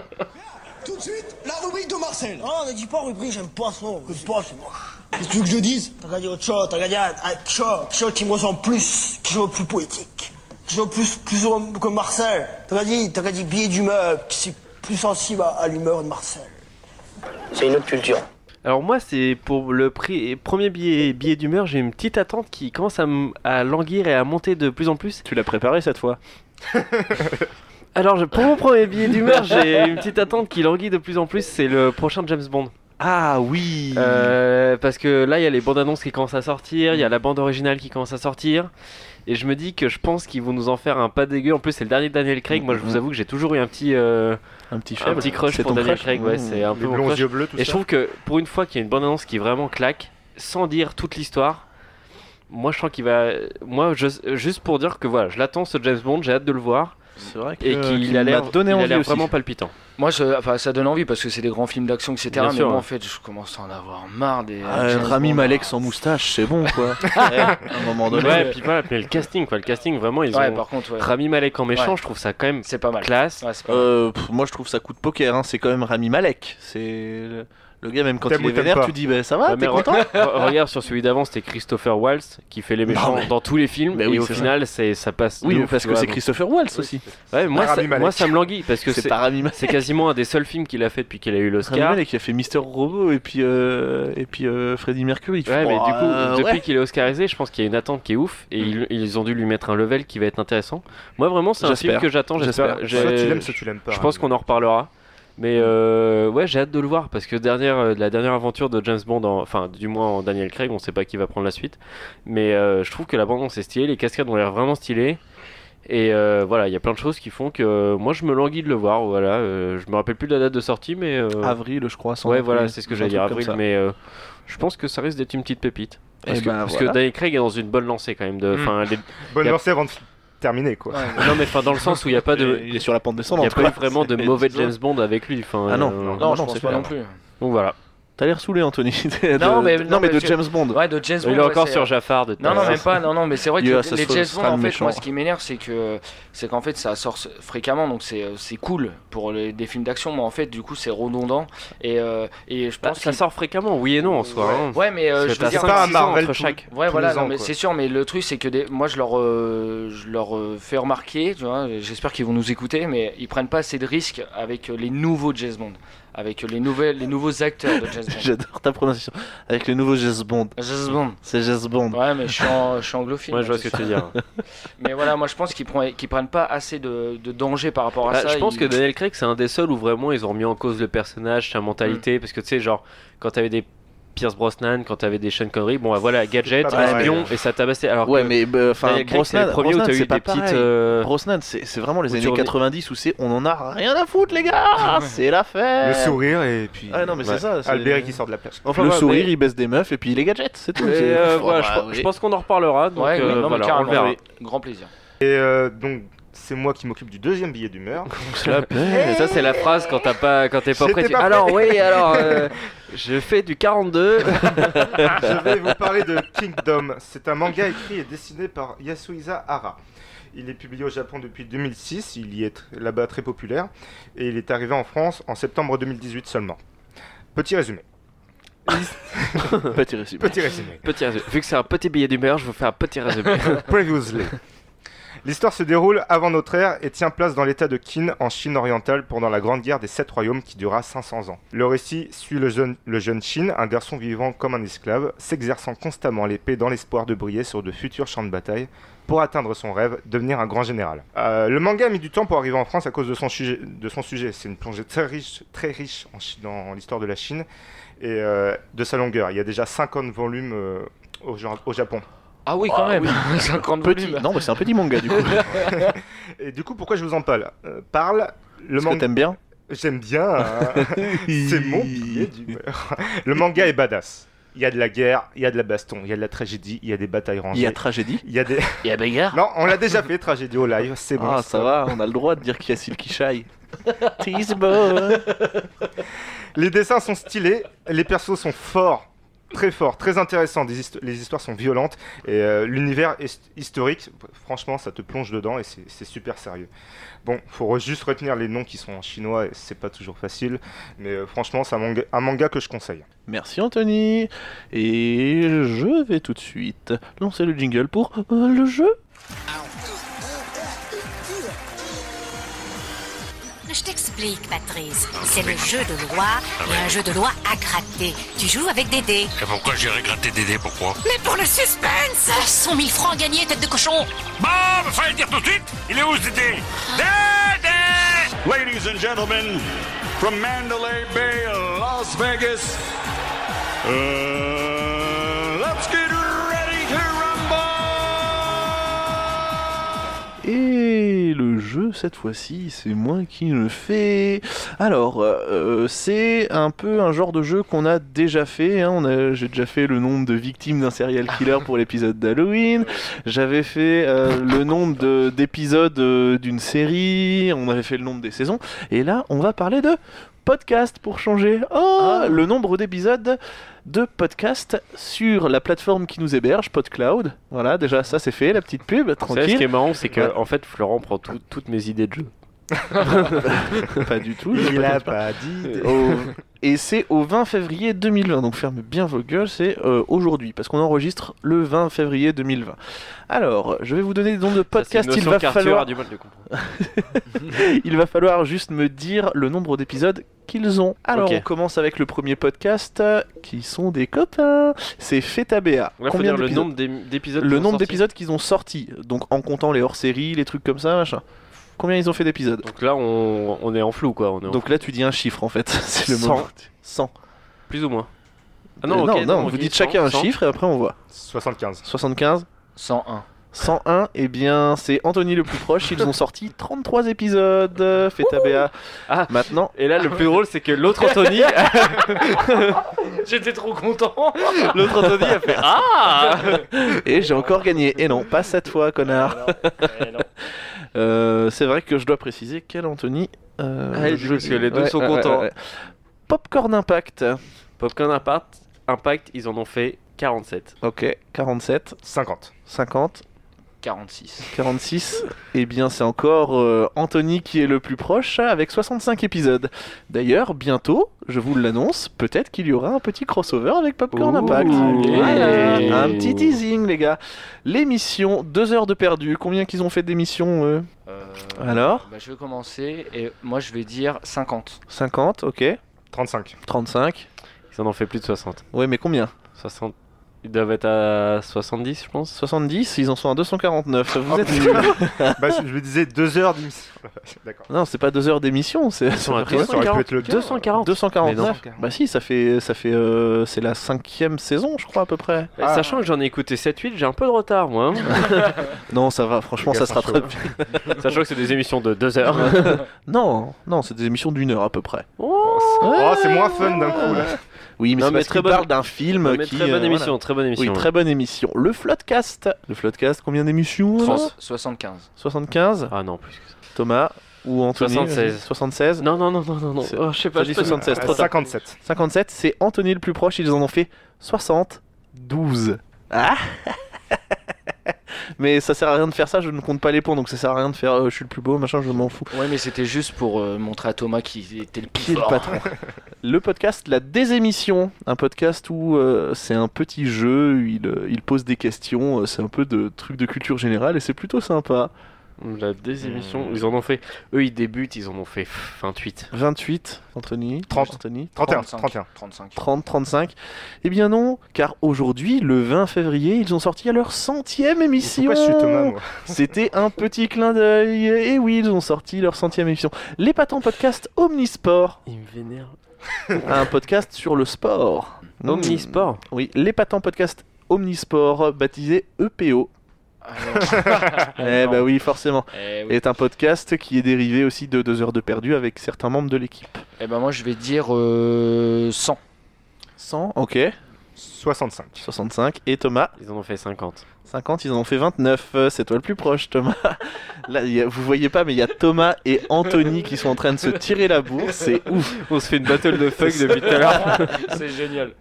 Speaker 9: Tout de suite, la rubrique de Marcel. Ah, ne dis pas rubrique, j'aime pas ça. J'aime pas, c'est moche. Qu'est-ce que tu veux que je dise T'as regardé autre chose, t'as regardé un- un quelque chose, quelque chose qui me ressemble plus, quelque chose de plus poétique, quelque chose de plus, plus homme que Marcel. T'as regardé, t'as regardé billet d'humeur, qui c'est plus sensible à, à l'humeur de Marcel. C'est une autre culture.
Speaker 2: Alors moi, c'est pour le prix, premier billet, billet d'humeur, j'ai une petite attente qui commence à, m- à languir et à monter de plus en plus.
Speaker 1: Tu l'as préparé cette fois.
Speaker 2: Alors je- pour mon premier billet d'humeur, j'ai une petite attente qui languit de plus en plus, c'est le prochain James Bond.
Speaker 1: Ah oui.
Speaker 2: Euh, parce que là, il y a les bandes annonces qui commencent à sortir, il y a la bande originale qui commence à sortir. Et je me dis que je pense qu'ils vont nous en faire un pas dégueu. En plus, c'est le dernier Daniel Craig. Moi, je vous avoue que j'ai toujours eu un petit, euh,
Speaker 1: un petit
Speaker 2: un
Speaker 1: faible.
Speaker 2: petit crush
Speaker 1: C'est
Speaker 2: pour
Speaker 1: ton
Speaker 2: Daniel
Speaker 1: crush
Speaker 2: Craig. Ouais,
Speaker 1: Mmh.
Speaker 2: c'est euh, un
Speaker 3: Les
Speaker 2: peu mon
Speaker 3: blonds
Speaker 2: crush.
Speaker 3: yeux bleus, tout
Speaker 2: Et je
Speaker 3: ça.
Speaker 2: trouve que pour une fois qu'il y a une bande-annonce qui vraiment claque, sans dire toute l'histoire, moi je sens qu'il va. Moi, je- juste pour dire que voilà, je l'attends ce James Bond, j'ai hâte de le voir
Speaker 1: C'est vrai que-
Speaker 2: et qu'il
Speaker 1: qu'il
Speaker 2: a l'air
Speaker 1: Euh, m'a donné
Speaker 2: il a
Speaker 1: envie
Speaker 2: l'air
Speaker 1: aussi.
Speaker 2: vraiment palpitant.
Speaker 5: Moi, je, enfin, ça donne envie parce que c'est des grands films d'action, etc.
Speaker 2: Bien
Speaker 5: mais
Speaker 2: sûr,
Speaker 5: moi,
Speaker 2: ouais.
Speaker 5: en fait, je commence à en avoir marre des.
Speaker 1: Ah,
Speaker 5: James
Speaker 1: Rami
Speaker 5: Bond.
Speaker 1: Malek sans moustache, c'est bon quoi. Ouais, à un moment donné.
Speaker 2: Ouais, et puis voilà, puis le casting quoi, le casting vraiment ils
Speaker 5: Ouais,
Speaker 2: ont.
Speaker 5: par contre, ouais,
Speaker 2: Rami Malek en méchant,
Speaker 5: Ouais.
Speaker 2: je trouve ça quand même
Speaker 5: c'est pas mal.
Speaker 2: classe.
Speaker 5: Ouais, c'est pas mal.
Speaker 1: Euh, pff, moi je trouve ça coup de poker, hein. c'est quand même Rami Malek. C'est le- le gars, même quand
Speaker 3: T'aimes
Speaker 1: il
Speaker 3: ou
Speaker 1: est
Speaker 3: t'aimes
Speaker 1: vénère,
Speaker 3: pas
Speaker 1: tu dis bah, ça va,
Speaker 2: Ouais, Euh, mais
Speaker 1: t'es content
Speaker 2: re- regarde sur celui d'avant, c'était Christopher Waltz qui fait les méchants
Speaker 1: mais-
Speaker 2: dans tous les films
Speaker 1: Mais oui,
Speaker 2: et au
Speaker 1: c'est
Speaker 2: final c'est ça passe. de
Speaker 1: Oui,
Speaker 2: ouf,
Speaker 1: parce
Speaker 2: tu
Speaker 1: que
Speaker 2: vois,
Speaker 1: c'est
Speaker 2: donc-
Speaker 1: Christopher Waltz aussi.
Speaker 2: Ouais, moi, ça,
Speaker 3: Rami Malek.
Speaker 2: moi ça me languit parce que
Speaker 1: C'est
Speaker 2: c'est
Speaker 1: pas Rami Malek.
Speaker 2: c'est quasiment un des seuls films qu'il a fait depuis qu'il a eu
Speaker 1: Rami
Speaker 2: l'Oscar.
Speaker 1: Malek qui a fait Mister Robot et puis euh, et puis euh, Freddie Mercury.
Speaker 2: Ouais, mais
Speaker 1: Bon,
Speaker 2: du coup,
Speaker 1: euh,
Speaker 2: depuis
Speaker 1: ouais. Mm.
Speaker 2: qu'il est Oscarisé, je pense qu'il y a une attente qui est ouf et ils, ils ont dû lui mettre un level qui va être intéressant. Moi, vraiment, c'est un
Speaker 1: J'espère.
Speaker 2: film que j'attends. J'espère.
Speaker 1: J'espère. Mm.
Speaker 2: j'ai-
Speaker 3: Soit tu l'aimes, soit tu l'aimes pas.
Speaker 2: Je pense qu'on en reparlera. Mais euh, ouais, j'ai hâte de le voir parce que dernière, euh, la dernière aventure de James Bond, en- enfin, du moins en Daniel Craig, on sait pas qui va prendre la suite. Mais euh, je trouve que la bande est stylée, les cascades ont l'air vraiment stylées. Et euh, voilà, il y a plein de choses qui font que euh, moi je me languis de le voir. Voilà, euh, je me rappelle plus de la date de sortie, mais euh,
Speaker 1: avril, je crois. sans
Speaker 2: Ouais,
Speaker 1: doute,
Speaker 2: voilà,
Speaker 1: mais
Speaker 2: c'est ce que
Speaker 1: un
Speaker 2: j'allais dire,
Speaker 1: truc comme
Speaker 2: avril,
Speaker 1: ça.
Speaker 2: mais euh, je pense que ça risque d'être une petite pépite. Parce,
Speaker 1: Eh
Speaker 2: que,
Speaker 1: ben,
Speaker 2: parce
Speaker 1: voilà.
Speaker 2: que Daniel Craig est dans une bonne lancée quand même. De,
Speaker 3: Mm.
Speaker 2: enfin, les-
Speaker 3: Bonne
Speaker 2: y a-
Speaker 3: lancée avant de fi- terminer quoi.
Speaker 5: Ouais,
Speaker 2: non, mais enfin, dans le sens où il n'y a pas de.
Speaker 1: Il est sur la pente
Speaker 2: Il
Speaker 1: descendante.
Speaker 2: n'y a pas eu
Speaker 1: quoi.
Speaker 2: vraiment de
Speaker 1: C'est-
Speaker 2: mauvais
Speaker 1: disons.
Speaker 2: James Bond avec lui. Enfin,
Speaker 1: Ah non,
Speaker 2: euh,
Speaker 5: non,
Speaker 1: non,
Speaker 5: je
Speaker 1: non,
Speaker 5: pense
Speaker 1: c'est
Speaker 5: pas
Speaker 1: clair.
Speaker 5: non plus.
Speaker 2: Donc voilà.
Speaker 1: T'as l'air saoulé, Anthony. de-
Speaker 5: Non, mais-
Speaker 1: de-
Speaker 5: non, mais
Speaker 1: de
Speaker 5: je-
Speaker 1: James Bond. euh,
Speaker 5: Ouais, de James Bond.
Speaker 2: Il est
Speaker 5: ouais,
Speaker 2: encore
Speaker 5: c'est-
Speaker 2: sur Jafar de
Speaker 5: Non,
Speaker 2: tout à
Speaker 5: non,
Speaker 2: l'heure.
Speaker 5: même pas. Non, non, mais c'est vrai que
Speaker 1: Yeah,
Speaker 5: les-
Speaker 1: ça
Speaker 5: les
Speaker 1: sera-
Speaker 5: James
Speaker 1: ce
Speaker 5: Bond,
Speaker 1: sera
Speaker 5: en
Speaker 1: le
Speaker 5: fait,
Speaker 1: méchant.
Speaker 5: moi, ce qui m'énerve, c'est que c'est qu'en fait, ça sort s- fréquemment, donc c'est euh, c'est cool pour les, des films d'action, mais en fait, du coup, c'est redondant. Et, euh, et je
Speaker 2: Bah,
Speaker 5: pense
Speaker 2: ça
Speaker 5: qu'il-
Speaker 2: sort fréquemment, oui et non en soi. hein.
Speaker 5: Ouais, mais
Speaker 2: Parce
Speaker 5: euh,
Speaker 2: que
Speaker 5: je
Speaker 2: t'as
Speaker 5: veux dire,
Speaker 2: cinq,
Speaker 3: pas un
Speaker 2: six ans
Speaker 3: Marvel
Speaker 2: entre
Speaker 3: tout-
Speaker 2: chaque.
Speaker 5: Ouais,
Speaker 3: tous
Speaker 5: voilà,
Speaker 3: les
Speaker 5: non,
Speaker 3: ans,
Speaker 5: mais
Speaker 3: quoi.
Speaker 5: c'est sûr, mais le truc, c'est que des... moi, je leur, euh, je leur euh, fais remarquer, tu vois, j'espère qu'ils vont nous écouter, mais ils prennent pas assez de risques avec euh, les nouveaux James Bond, avec euh, les, nouvelles, les nouveaux acteurs de James Bond.
Speaker 1: J'adore ta prononciation. Avec le nouveau James Bond.
Speaker 5: James Bond.
Speaker 1: C'est James Bond.
Speaker 5: Ouais, mais je suis, en- je suis anglophile.
Speaker 2: Ouais, je vois
Speaker 5: moi,
Speaker 2: ce
Speaker 5: c'est
Speaker 2: que tu
Speaker 5: sûr.
Speaker 2: veux dire.
Speaker 5: Mais voilà, moi, je pense qu'ils prennent, qu'ils prennent pas assez de, de danger par rapport à
Speaker 2: Bah,
Speaker 5: ça.
Speaker 2: je pense
Speaker 5: ils-
Speaker 2: que Daniel Craig, c'est un des seuls où vraiment ils ont remis en cause le personnage, sa
Speaker 1: Hmm.
Speaker 2: mentalité. Parce que tu sais, genre, quand t'avais des Pierce Brosnan, quand t'avais des Sean Connery, bon, bah, voilà, gadget,
Speaker 3: C'est pas pareil.
Speaker 2: espion, et ça tabassait. Alors
Speaker 1: Ouais,
Speaker 2: que
Speaker 1: mais bah, enfin,
Speaker 2: Daniel Craig, c'est
Speaker 1: Brosnan,
Speaker 2: le premier où
Speaker 1: Brosnan,
Speaker 2: t'as eu
Speaker 1: c'est
Speaker 2: des
Speaker 1: pas
Speaker 2: petites.
Speaker 1: pareil.
Speaker 2: euh,
Speaker 1: Brosnan, c'est c'est vraiment les
Speaker 2: où tu
Speaker 1: années
Speaker 2: revenais-
Speaker 1: 90 où c'est on en a rien à foutre, les gars C'est la fête
Speaker 3: Le sourire et puis.
Speaker 1: Ah non, mais c'est ça. c'est-
Speaker 3: Albert qui sort de la plage.
Speaker 1: Enfin,
Speaker 2: Le
Speaker 1: voilà,
Speaker 2: sourire,
Speaker 1: mais- il baisse des meufs et puis les gadgets, c'est tout.
Speaker 2: et,
Speaker 1: C'est-
Speaker 2: euh,
Speaker 1: Oh,
Speaker 2: voilà,
Speaker 1: bah,
Speaker 2: je, pense-
Speaker 1: oui.
Speaker 2: je pense qu'on en reparlera. Donc,
Speaker 5: Ouais,
Speaker 2: euh,
Speaker 5: non, mais
Speaker 2: voilà, on
Speaker 5: carrément,
Speaker 2: le verra.
Speaker 5: oui. Grand plaisir.
Speaker 3: Et euh, donc, c'est moi qui m'occupe du deuxième billet d'humeur.
Speaker 2: La paix. Ça, c'est la phrase quand t'as pas, quand t'es pas
Speaker 3: J'étais
Speaker 2: prêt. tu-
Speaker 3: pas prêt.
Speaker 2: Alors, oui, alors, euh, je fais du 42.
Speaker 3: Je vais vous parler de Kingdom. C'est un manga écrit et dessiné par Yasuhisa Hara. Il est publié au Japon depuis 2006, il y est tr- là-bas très populaire, et il est arrivé en France en septembre 2018 seulement. Petit résumé.
Speaker 1: Petit récit.
Speaker 3: Petit résumé.
Speaker 2: Petit résumé. Vu que c'est un petit billet d'humeur, je vous fais un petit résumé.
Speaker 3: Previously. L'histoire se déroule avant notre ère et tient place dans l'état de Qin en Chine orientale pendant la Grande Guerre des Sept Royaumes qui dura 500 ans. Le récit suit le jeune, le jeune Qin, un garçon vivant comme un esclave, s'exerçant constamment à l'épée dans l'espoir de briller sur de futurs champs de bataille pour atteindre son rêve, devenir un grand général. Euh, le manga a mis du temps pour arriver en France à cause de son, sujet- de son sujet. C'est une plongée très riche, très riche en Chi- dans l'histoire de la Chine et euh, de sa longueur. Il y a déjà 50 volumes euh, au Ja- au Japon.
Speaker 5: Ah oui, quand
Speaker 1: Ah
Speaker 5: même. 50
Speaker 1: Petit...
Speaker 5: volumes.
Speaker 1: Non, mais c'est un petit manga du coup.
Speaker 3: Et du coup, pourquoi je vous en parle Euh, Parle le
Speaker 1: Parce que
Speaker 3: manga.
Speaker 1: t'aimes bien
Speaker 3: J'aime bien. hein. C'est mon billet d'humeur. le manga est badass. Il y a de la guerre, il y a de la baston, il y a de la tragédie, il y a des batailles rangées.
Speaker 1: Il y a tragédie.
Speaker 3: Il y a des.
Speaker 5: Il y a bagarre.
Speaker 3: Non, on l'a déjà fait, tragédie au live, c'est bon.
Speaker 1: Ah, ça va, on a le droit de dire qu'il y a Silky Shy. Tease boy.
Speaker 3: Les dessins sont stylés, les persos sont forts, très forts, très intéressants. des histo- les histoires sont violentes et euh, l'univers est historique. Franchement, ça te plonge dedans et c'est c'est super sérieux. Bon, faut re- juste retenir les noms qui sont en chinois et c'est pas toujours facile, mais euh, franchement, c'est un manga, un manga que je conseille.
Speaker 1: Merci Anthony. Et je vais tout de suite lancer le jingle pour euh, le jeu.
Speaker 10: Je t'explique, Patrice. C'est le jeu de loi et un jeu de loi à gratter. Tu joues avec des dés.
Speaker 4: Ah Et pourquoi j'irai gratter Dédé Pourquoi
Speaker 10: Mais pour le suspense 100 000 francs gagnés, tête de cochon
Speaker 4: Bon, bah, fallait le dire tout de suite Il est où ce Dédé Dédé Ladies and gentlemen, from Mandalay Bay, Las Vegas, uh, let's get ready to
Speaker 1: Et le jeu, cette fois-ci, c'est moi qui le fais. Alors, euh, c'est un peu un genre de jeu qu'on a déjà fait. hein. On a- J'ai déjà fait le nombre de victimes d'un serial killer pour l'épisode d'Halloween. J'avais fait euh, le nombre de- d'épisodes euh, d'une série. On avait fait le nombre des saisons. Et là, on va parler de podcast pour changer. Oh,
Speaker 2: Ah.
Speaker 1: le nombre d'épisodes de podcast sur la plateforme qui nous héberge, PodCloud. Voilà, déjà ça c'est fait, la petite pub,
Speaker 2: Tu sais, ce
Speaker 1: tranquille.
Speaker 2: qui est marrant, c'est que
Speaker 1: Ouais.
Speaker 2: en fait, Florent prend tout- toutes mes idées de jeu.
Speaker 1: pas du tout.
Speaker 3: Il a
Speaker 1: a
Speaker 3: pas dit.
Speaker 1: Au- Et c'est au 20 février 2020, donc ferme bien vos gueules, c'est euh, aujourd'hui, parce qu'on enregistre le 20 février 2020. Alors, je vais vous donner le nom de podcast, il, va falloir,
Speaker 2: du mal de comprendre.
Speaker 1: il va falloir juste me dire le nombre d'épisodes qu'ils ont. Alors,
Speaker 2: Ok.
Speaker 1: on commence avec le premier podcast, euh, qui sont des copains, c'est Feta Béa.
Speaker 2: Il faut
Speaker 1: Combien
Speaker 2: dire le
Speaker 1: d'épisodes
Speaker 2: nombre d'ém- d'épisodes. qui
Speaker 1: Le
Speaker 2: sont
Speaker 1: nombre
Speaker 2: sortis.
Speaker 1: d'épisodes qu'ils ont sortis, donc en comptant les hors-séries, les trucs comme ça, machin. Combien ils ont fait d'épisodes
Speaker 2: Donc là, on, on est en flou, quoi. On est en-
Speaker 1: Donc là, tu dis un chiffre en fait, c'est le
Speaker 2: Cent.
Speaker 1: moment. 100.
Speaker 2: plus ou moins. Ah
Speaker 1: Euh,
Speaker 2: non, ok,
Speaker 1: non,
Speaker 2: ok,
Speaker 1: vous dites
Speaker 2: 100,
Speaker 1: chacun un
Speaker 2: 100.
Speaker 1: chiffre et après on voit.
Speaker 3: 75.
Speaker 1: 75,
Speaker 5: 101.
Speaker 1: 101, et eh bien c'est Anthony le plus proche, ils ont sorti 33 épisodes, euh, fait ta BA.
Speaker 2: Ah.
Speaker 1: Maintenant,
Speaker 2: Et là, le plus drôle, c'est que l'autre Anthony,
Speaker 5: J'étais trop content.
Speaker 2: l'autre Anthony a fait Ah
Speaker 1: et j'ai encore gagné. Et non, pas cette fois, connard. Euh, c'est vrai que je dois préciser quel Anthony. euh,
Speaker 2: Ah, il dit
Speaker 1: je-
Speaker 2: parce que les deux sont
Speaker 1: ouais,
Speaker 2: contents.
Speaker 1: ouais. Popcorn Impact,
Speaker 2: Popcorn Impact, Impact, ils en ont fait 47.
Speaker 1: Ok, 47,
Speaker 3: 50.
Speaker 1: 50,
Speaker 5: 46.
Speaker 1: 46. Eh bien, c'est encore euh, Anthony qui est le plus proche hein, avec 65 épisodes. D'ailleurs, bientôt, je vous l'annonce, peut-être qu'il y aura un petit crossover avec Popcorn
Speaker 2: Ouh,
Speaker 1: Impact.
Speaker 2: allez.
Speaker 1: Voilà, un petit teasing, les gars. L'émission, deux heures de perdu. Combien qu'ils ont fait d'émissions eux
Speaker 5: Euh,
Speaker 1: Alors
Speaker 5: bah, Je vais commencer et moi je vais dire 50.
Speaker 1: 50, ok.
Speaker 3: 35.
Speaker 1: 35.
Speaker 2: Ils en ont fait plus de 60.
Speaker 1: Ouais, mais combien
Speaker 2: 60. Ils doivent être à 70, je pense.
Speaker 1: 70, ils en sont à 249. Vous
Speaker 3: Oh,
Speaker 1: êtes
Speaker 3: putain. bah, je me disais 2 heures d'émission. D'accord.
Speaker 1: Non, c'est pas deux heures d'émission, c'est
Speaker 2: Ils sont à
Speaker 1: c'est-
Speaker 3: Ça aurait pu
Speaker 2: 240.
Speaker 3: être le
Speaker 2: 240.
Speaker 1: 249.
Speaker 3: Mais non.
Speaker 1: Bah si, ça fait, ça fait, euh, c'est la cinquième saison, je crois à peu près.
Speaker 2: Et Sachant que j'en ai écouté 7-8, j'ai un peu de retard, moi. hein.
Speaker 1: Non, ça va. Franchement,
Speaker 3: Les
Speaker 1: ça
Speaker 3: gars
Speaker 1: se
Speaker 3: sont hein. chauds.
Speaker 1: rattrape.
Speaker 2: Sachant que c'est des émissions de 2 heures.
Speaker 1: Non, non, c'est des émissions d'une heure à peu près.
Speaker 3: Oh, c'est moins fun d'un coup là.
Speaker 1: Oui, mais
Speaker 2: Non,
Speaker 1: c'est
Speaker 2: mais
Speaker 1: parce
Speaker 2: très
Speaker 1: qu'il
Speaker 2: bonne-
Speaker 1: parle d'un film
Speaker 2: Mais
Speaker 1: qui.
Speaker 2: très bonne
Speaker 1: euh,
Speaker 2: émission,
Speaker 1: voilà.
Speaker 2: très bonne émission.
Speaker 1: Oui, très bonne émission. Le Floodcast. Le Floodcast, combien d'émissions alors
Speaker 5: 30, 75.
Speaker 1: 75
Speaker 2: Ah non, plus que ça.
Speaker 1: Thomas ou Anthony
Speaker 2: 76.
Speaker 1: 76
Speaker 2: Non, non, non, non, non, non.
Speaker 1: C'est-
Speaker 2: Oh, je sais
Speaker 1: T'as
Speaker 2: pas,
Speaker 1: dit
Speaker 2: je peux-
Speaker 1: 76,
Speaker 3: Ah,
Speaker 1: trop tard.
Speaker 3: 57.
Speaker 1: 57, c'est Anthony le plus proche, ils en ont fait 72. Ah Mais ça sert à rien de faire ça, je ne compte pas les points, donc ça sert à rien de faire euh, je suis le plus beau, machin, je m'en fous.
Speaker 5: Ouais, mais c'était juste pour euh, montrer à Thomas qui était le
Speaker 1: Qui est
Speaker 5: plus
Speaker 1: le
Speaker 5: fort.
Speaker 1: patron Le podcast La Désémission, un podcast où euh, c'est un petit jeu, il, euh, il pose des questions, euh, c'est un peu de trucs de culture générale et c'est plutôt sympa.
Speaker 2: Oh, La désémission, ils en ont fait. Eux, ils débutent, ils en ont fait pff, 28.
Speaker 1: 28, Anthony.
Speaker 3: 30.
Speaker 1: Anthony.
Speaker 3: 31.
Speaker 5: 35,
Speaker 3: 31.
Speaker 5: 35.
Speaker 1: 30, 35. Eh bien non, car aujourd'hui, le 20 février, ils ont sorti à leur centième émission.
Speaker 3: Pourquoi je suis Thomas moi
Speaker 1: C'était un petit clin d'œil. Et oui, ils ont sorti leur centième émission. Les patents podcast Omnisport.
Speaker 2: Ils me vénèrent.
Speaker 1: Un podcast sur le sport.
Speaker 2: Omnisport.
Speaker 1: Mm, Oui, les patents podcast Omnisport, baptisé EPO.
Speaker 5: Ah,
Speaker 2: Ah,
Speaker 1: eh bah oui, forcément.
Speaker 5: Eh
Speaker 1: Est un podcast qui est dérivé aussi de deux heures de perdu avec certains membres de l'équipe.
Speaker 5: Et ben moi je vais dire euh, 100.
Speaker 1: 100, ok.
Speaker 3: 65.
Speaker 1: 65. Et Thomas,
Speaker 2: Ils en ont fait 50.
Speaker 1: 50, ils en ont fait 29. Euh, C'est toi le plus proche, Thomas. Là, il y a- vous voyez pas, mais il y a Thomas et Anthony qui sont en train de se tirer la bourre. C'est ouf.
Speaker 2: On se fait une battle de fuck depuis tout à l'heure.
Speaker 5: C'est génial.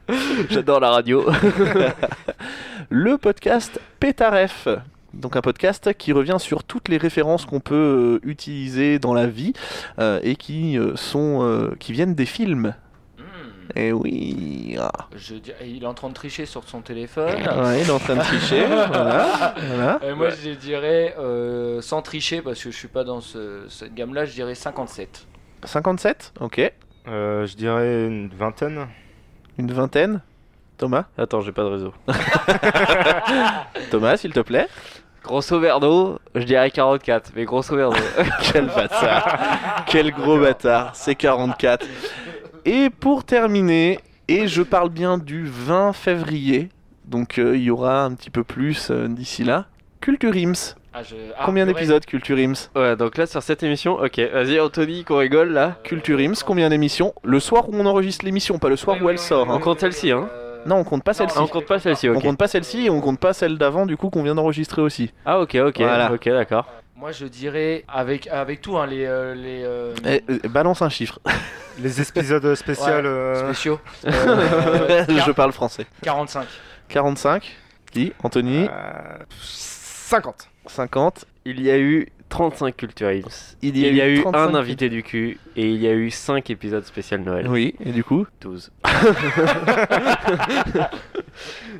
Speaker 1: J'adore la radio. le podcast Pétaref. Donc un podcast qui revient sur toutes les références qu'on peut euh, utiliser dans la vie euh, et qui euh, sont euh, qui viennent des films. Et oui. Ah.
Speaker 5: Hmm. Je dis- il est en train de tricher sur
Speaker 2: Eh
Speaker 5: son
Speaker 2: ben.
Speaker 5: téléphone.
Speaker 1: Ouais, il est en train de tricher. voilà. voilà.
Speaker 5: Et moi je dirais euh, sans tricher parce que je suis pas dans ce- cette gamme là, je dirais 57.
Speaker 1: 57 Ok.
Speaker 3: Euh, je dirais une vingtaine.
Speaker 1: Une vingtaine. Thomas.
Speaker 2: Attends, j'ai pas de réseau.
Speaker 1: Thomas, s'il te plaît.
Speaker 2: Grosso verdo, je dirais 44. Mais grosso verdo.
Speaker 1: Quel bâtard Quel gros bâtard C'est 44. Et pour terminer, et je parle bien du 20 février, donc euh, il y aura un petit peu plus euh, d'ici là. Culture Ims.
Speaker 5: Ah, je- ah,
Speaker 1: combien
Speaker 5: purée.
Speaker 1: d'épisodes Culture Ims
Speaker 2: ouais, donc là, sur cette émission, ok. Vas-y, Anthony, qu'on rigole
Speaker 5: Euh,
Speaker 2: là.
Speaker 1: Culture Ims, combien d'émissions Le soir où on enregistre l'émission, pas le soir
Speaker 5: Ouais,
Speaker 1: où
Speaker 5: ouais,
Speaker 1: elle sort.
Speaker 5: ouais,
Speaker 1: hein.
Speaker 2: On compte celle-ci, hein.
Speaker 5: Euh,
Speaker 1: Non, on compte pas
Speaker 5: non,
Speaker 1: celle-ci.
Speaker 2: Ah, on compte pas celle-ci,
Speaker 1: On
Speaker 2: ok.
Speaker 1: compte pas celle-ci et on compte pas celle d'avant du coup qu'on vient d'enregistrer aussi.
Speaker 2: Ah, ok, ok.
Speaker 1: Voilà.
Speaker 2: Ok, d'accord.
Speaker 5: Moi je dirais avec avec tout hein, les euh, les euh,
Speaker 1: Eh, euh, balance un chiffre.
Speaker 3: Les épisodes spéciaux.
Speaker 5: Ouais.
Speaker 3: euh,
Speaker 5: spéciaux. Euh,
Speaker 1: je
Speaker 5: quar-
Speaker 1: parle français.
Speaker 5: 45.
Speaker 1: 45. Qui Anthony.
Speaker 3: euh, 50.
Speaker 1: 50.
Speaker 2: Il y a eu 35 Culture Ims. Il y a, eu
Speaker 1: 35
Speaker 2: un invité du cul et il y a eu 5 épisodes spécial Noël.
Speaker 1: Oui, et du coup
Speaker 2: 12.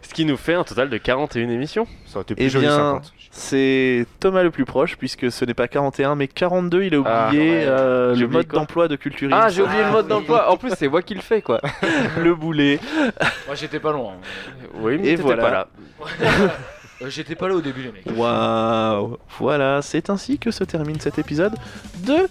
Speaker 2: Ce qui nous fait un total de 41 émissions.
Speaker 3: Ça aurait été
Speaker 1: Eh
Speaker 3: plus joli
Speaker 1: bien,
Speaker 3: 50.
Speaker 1: C'est Thomas le plus proche, puisque ce n'est pas 41 mais 42. Il a oublié
Speaker 2: Ah, ouais.
Speaker 1: euh,
Speaker 2: J'ai
Speaker 1: le
Speaker 2: oublié
Speaker 1: mode
Speaker 2: quoi
Speaker 1: d'emploi de Culture
Speaker 2: Ah,
Speaker 1: Ims.
Speaker 2: j'ai oublié le mode
Speaker 5: oui.
Speaker 2: d'emploi. En plus, c'est moi qui le fais, quoi.
Speaker 1: le boulet.
Speaker 5: Moi j'étais pas loin.
Speaker 2: Oui,
Speaker 1: Et
Speaker 2: mais t'étais
Speaker 1: voilà.
Speaker 2: pas là.
Speaker 5: Euh, j'étais pas là au début les mecs.
Speaker 1: Waouh Voilà, c'est ainsi que se termine cet épisode de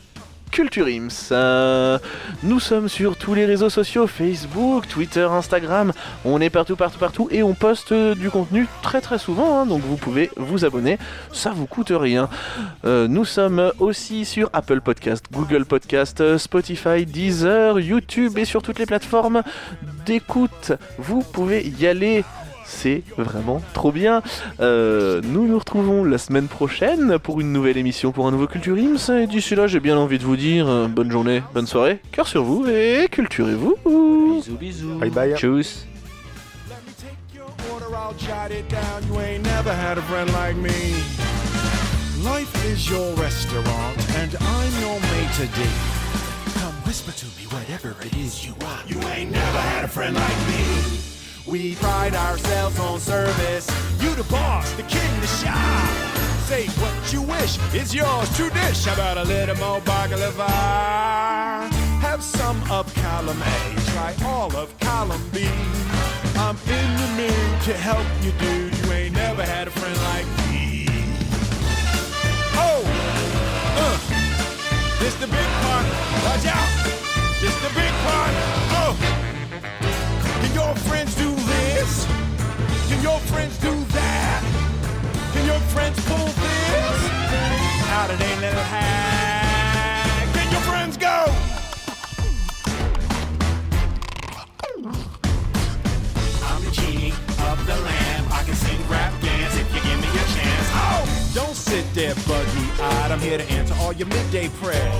Speaker 1: Culture Ims. Euh, nous sommes sur tous les réseaux sociaux, Facebook, Twitter, Instagram, on est partout, partout, partout, et on poste euh, du contenu très très souvent, hein, donc vous pouvez vous abonner, ça vous coûte rien. Euh, nous sommes aussi sur Apple Podcast, Google Podcast, euh, Spotify, Deezer, YouTube et sur toutes les plateformes d'écoute. Vous pouvez y aller, c'est vraiment trop bien. Euh, nous nous retrouvons la semaine prochaine pour une nouvelle émission pour un nouveau Culture Ims. Et d'ici là, j'ai bien envie de vous dire euh, bonne journée, bonne soirée, cœur sur vous et culturez-vous.
Speaker 5: Bisous, bisous.
Speaker 3: Bye bye.
Speaker 2: Tchuss.
Speaker 11: Or I'll jot it down. You ain't never had a friend like me. Life is your restaurant, and I'm your maitre d'. Come whisper to me whatever it is you want. You ain't never had a friend like me. We pride ourselves on service. You the boss, the king, the shop. Say what you wish is yours to dish. How about a little more baklava? Have some of column A. Try all of column B. I'm in the mood to help you, dude. You ain't never had a friend like me. Oh, uh, this the big part. Watch out, this the big part. Oh, can your friends do this? Can your friends do that? Can your friends pull this out of their little hat? Can your friends go? I'm the king of the land. I can sing rap dance if you give me a chance. Oh, don't sit there buggy-eyed. I'm here to answer all your midday prayers.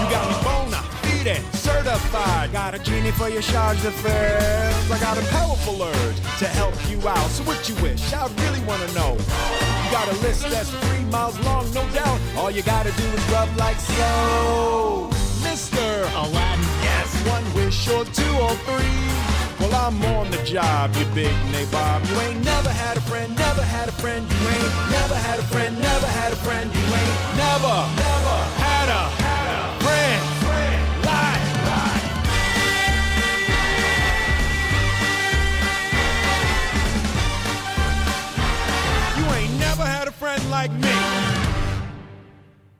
Speaker 11: You got me bona fide, certified. Got a genie for your charge affairs. I got a powerful urge to help you out. So what you wish? I really wanna know. You got a list that's three miles long, no doubt. All you gotta do is rub like so. Mr. Aladdin, yes. One wish or two or three. Well, I'm on the job, you big nabob. You ain't never had a friend, never had a friend. You ain't never had a friend, never had a friend. You ain't never, never had a, had a friend. Lie, lie. You ain't never had a friend like me.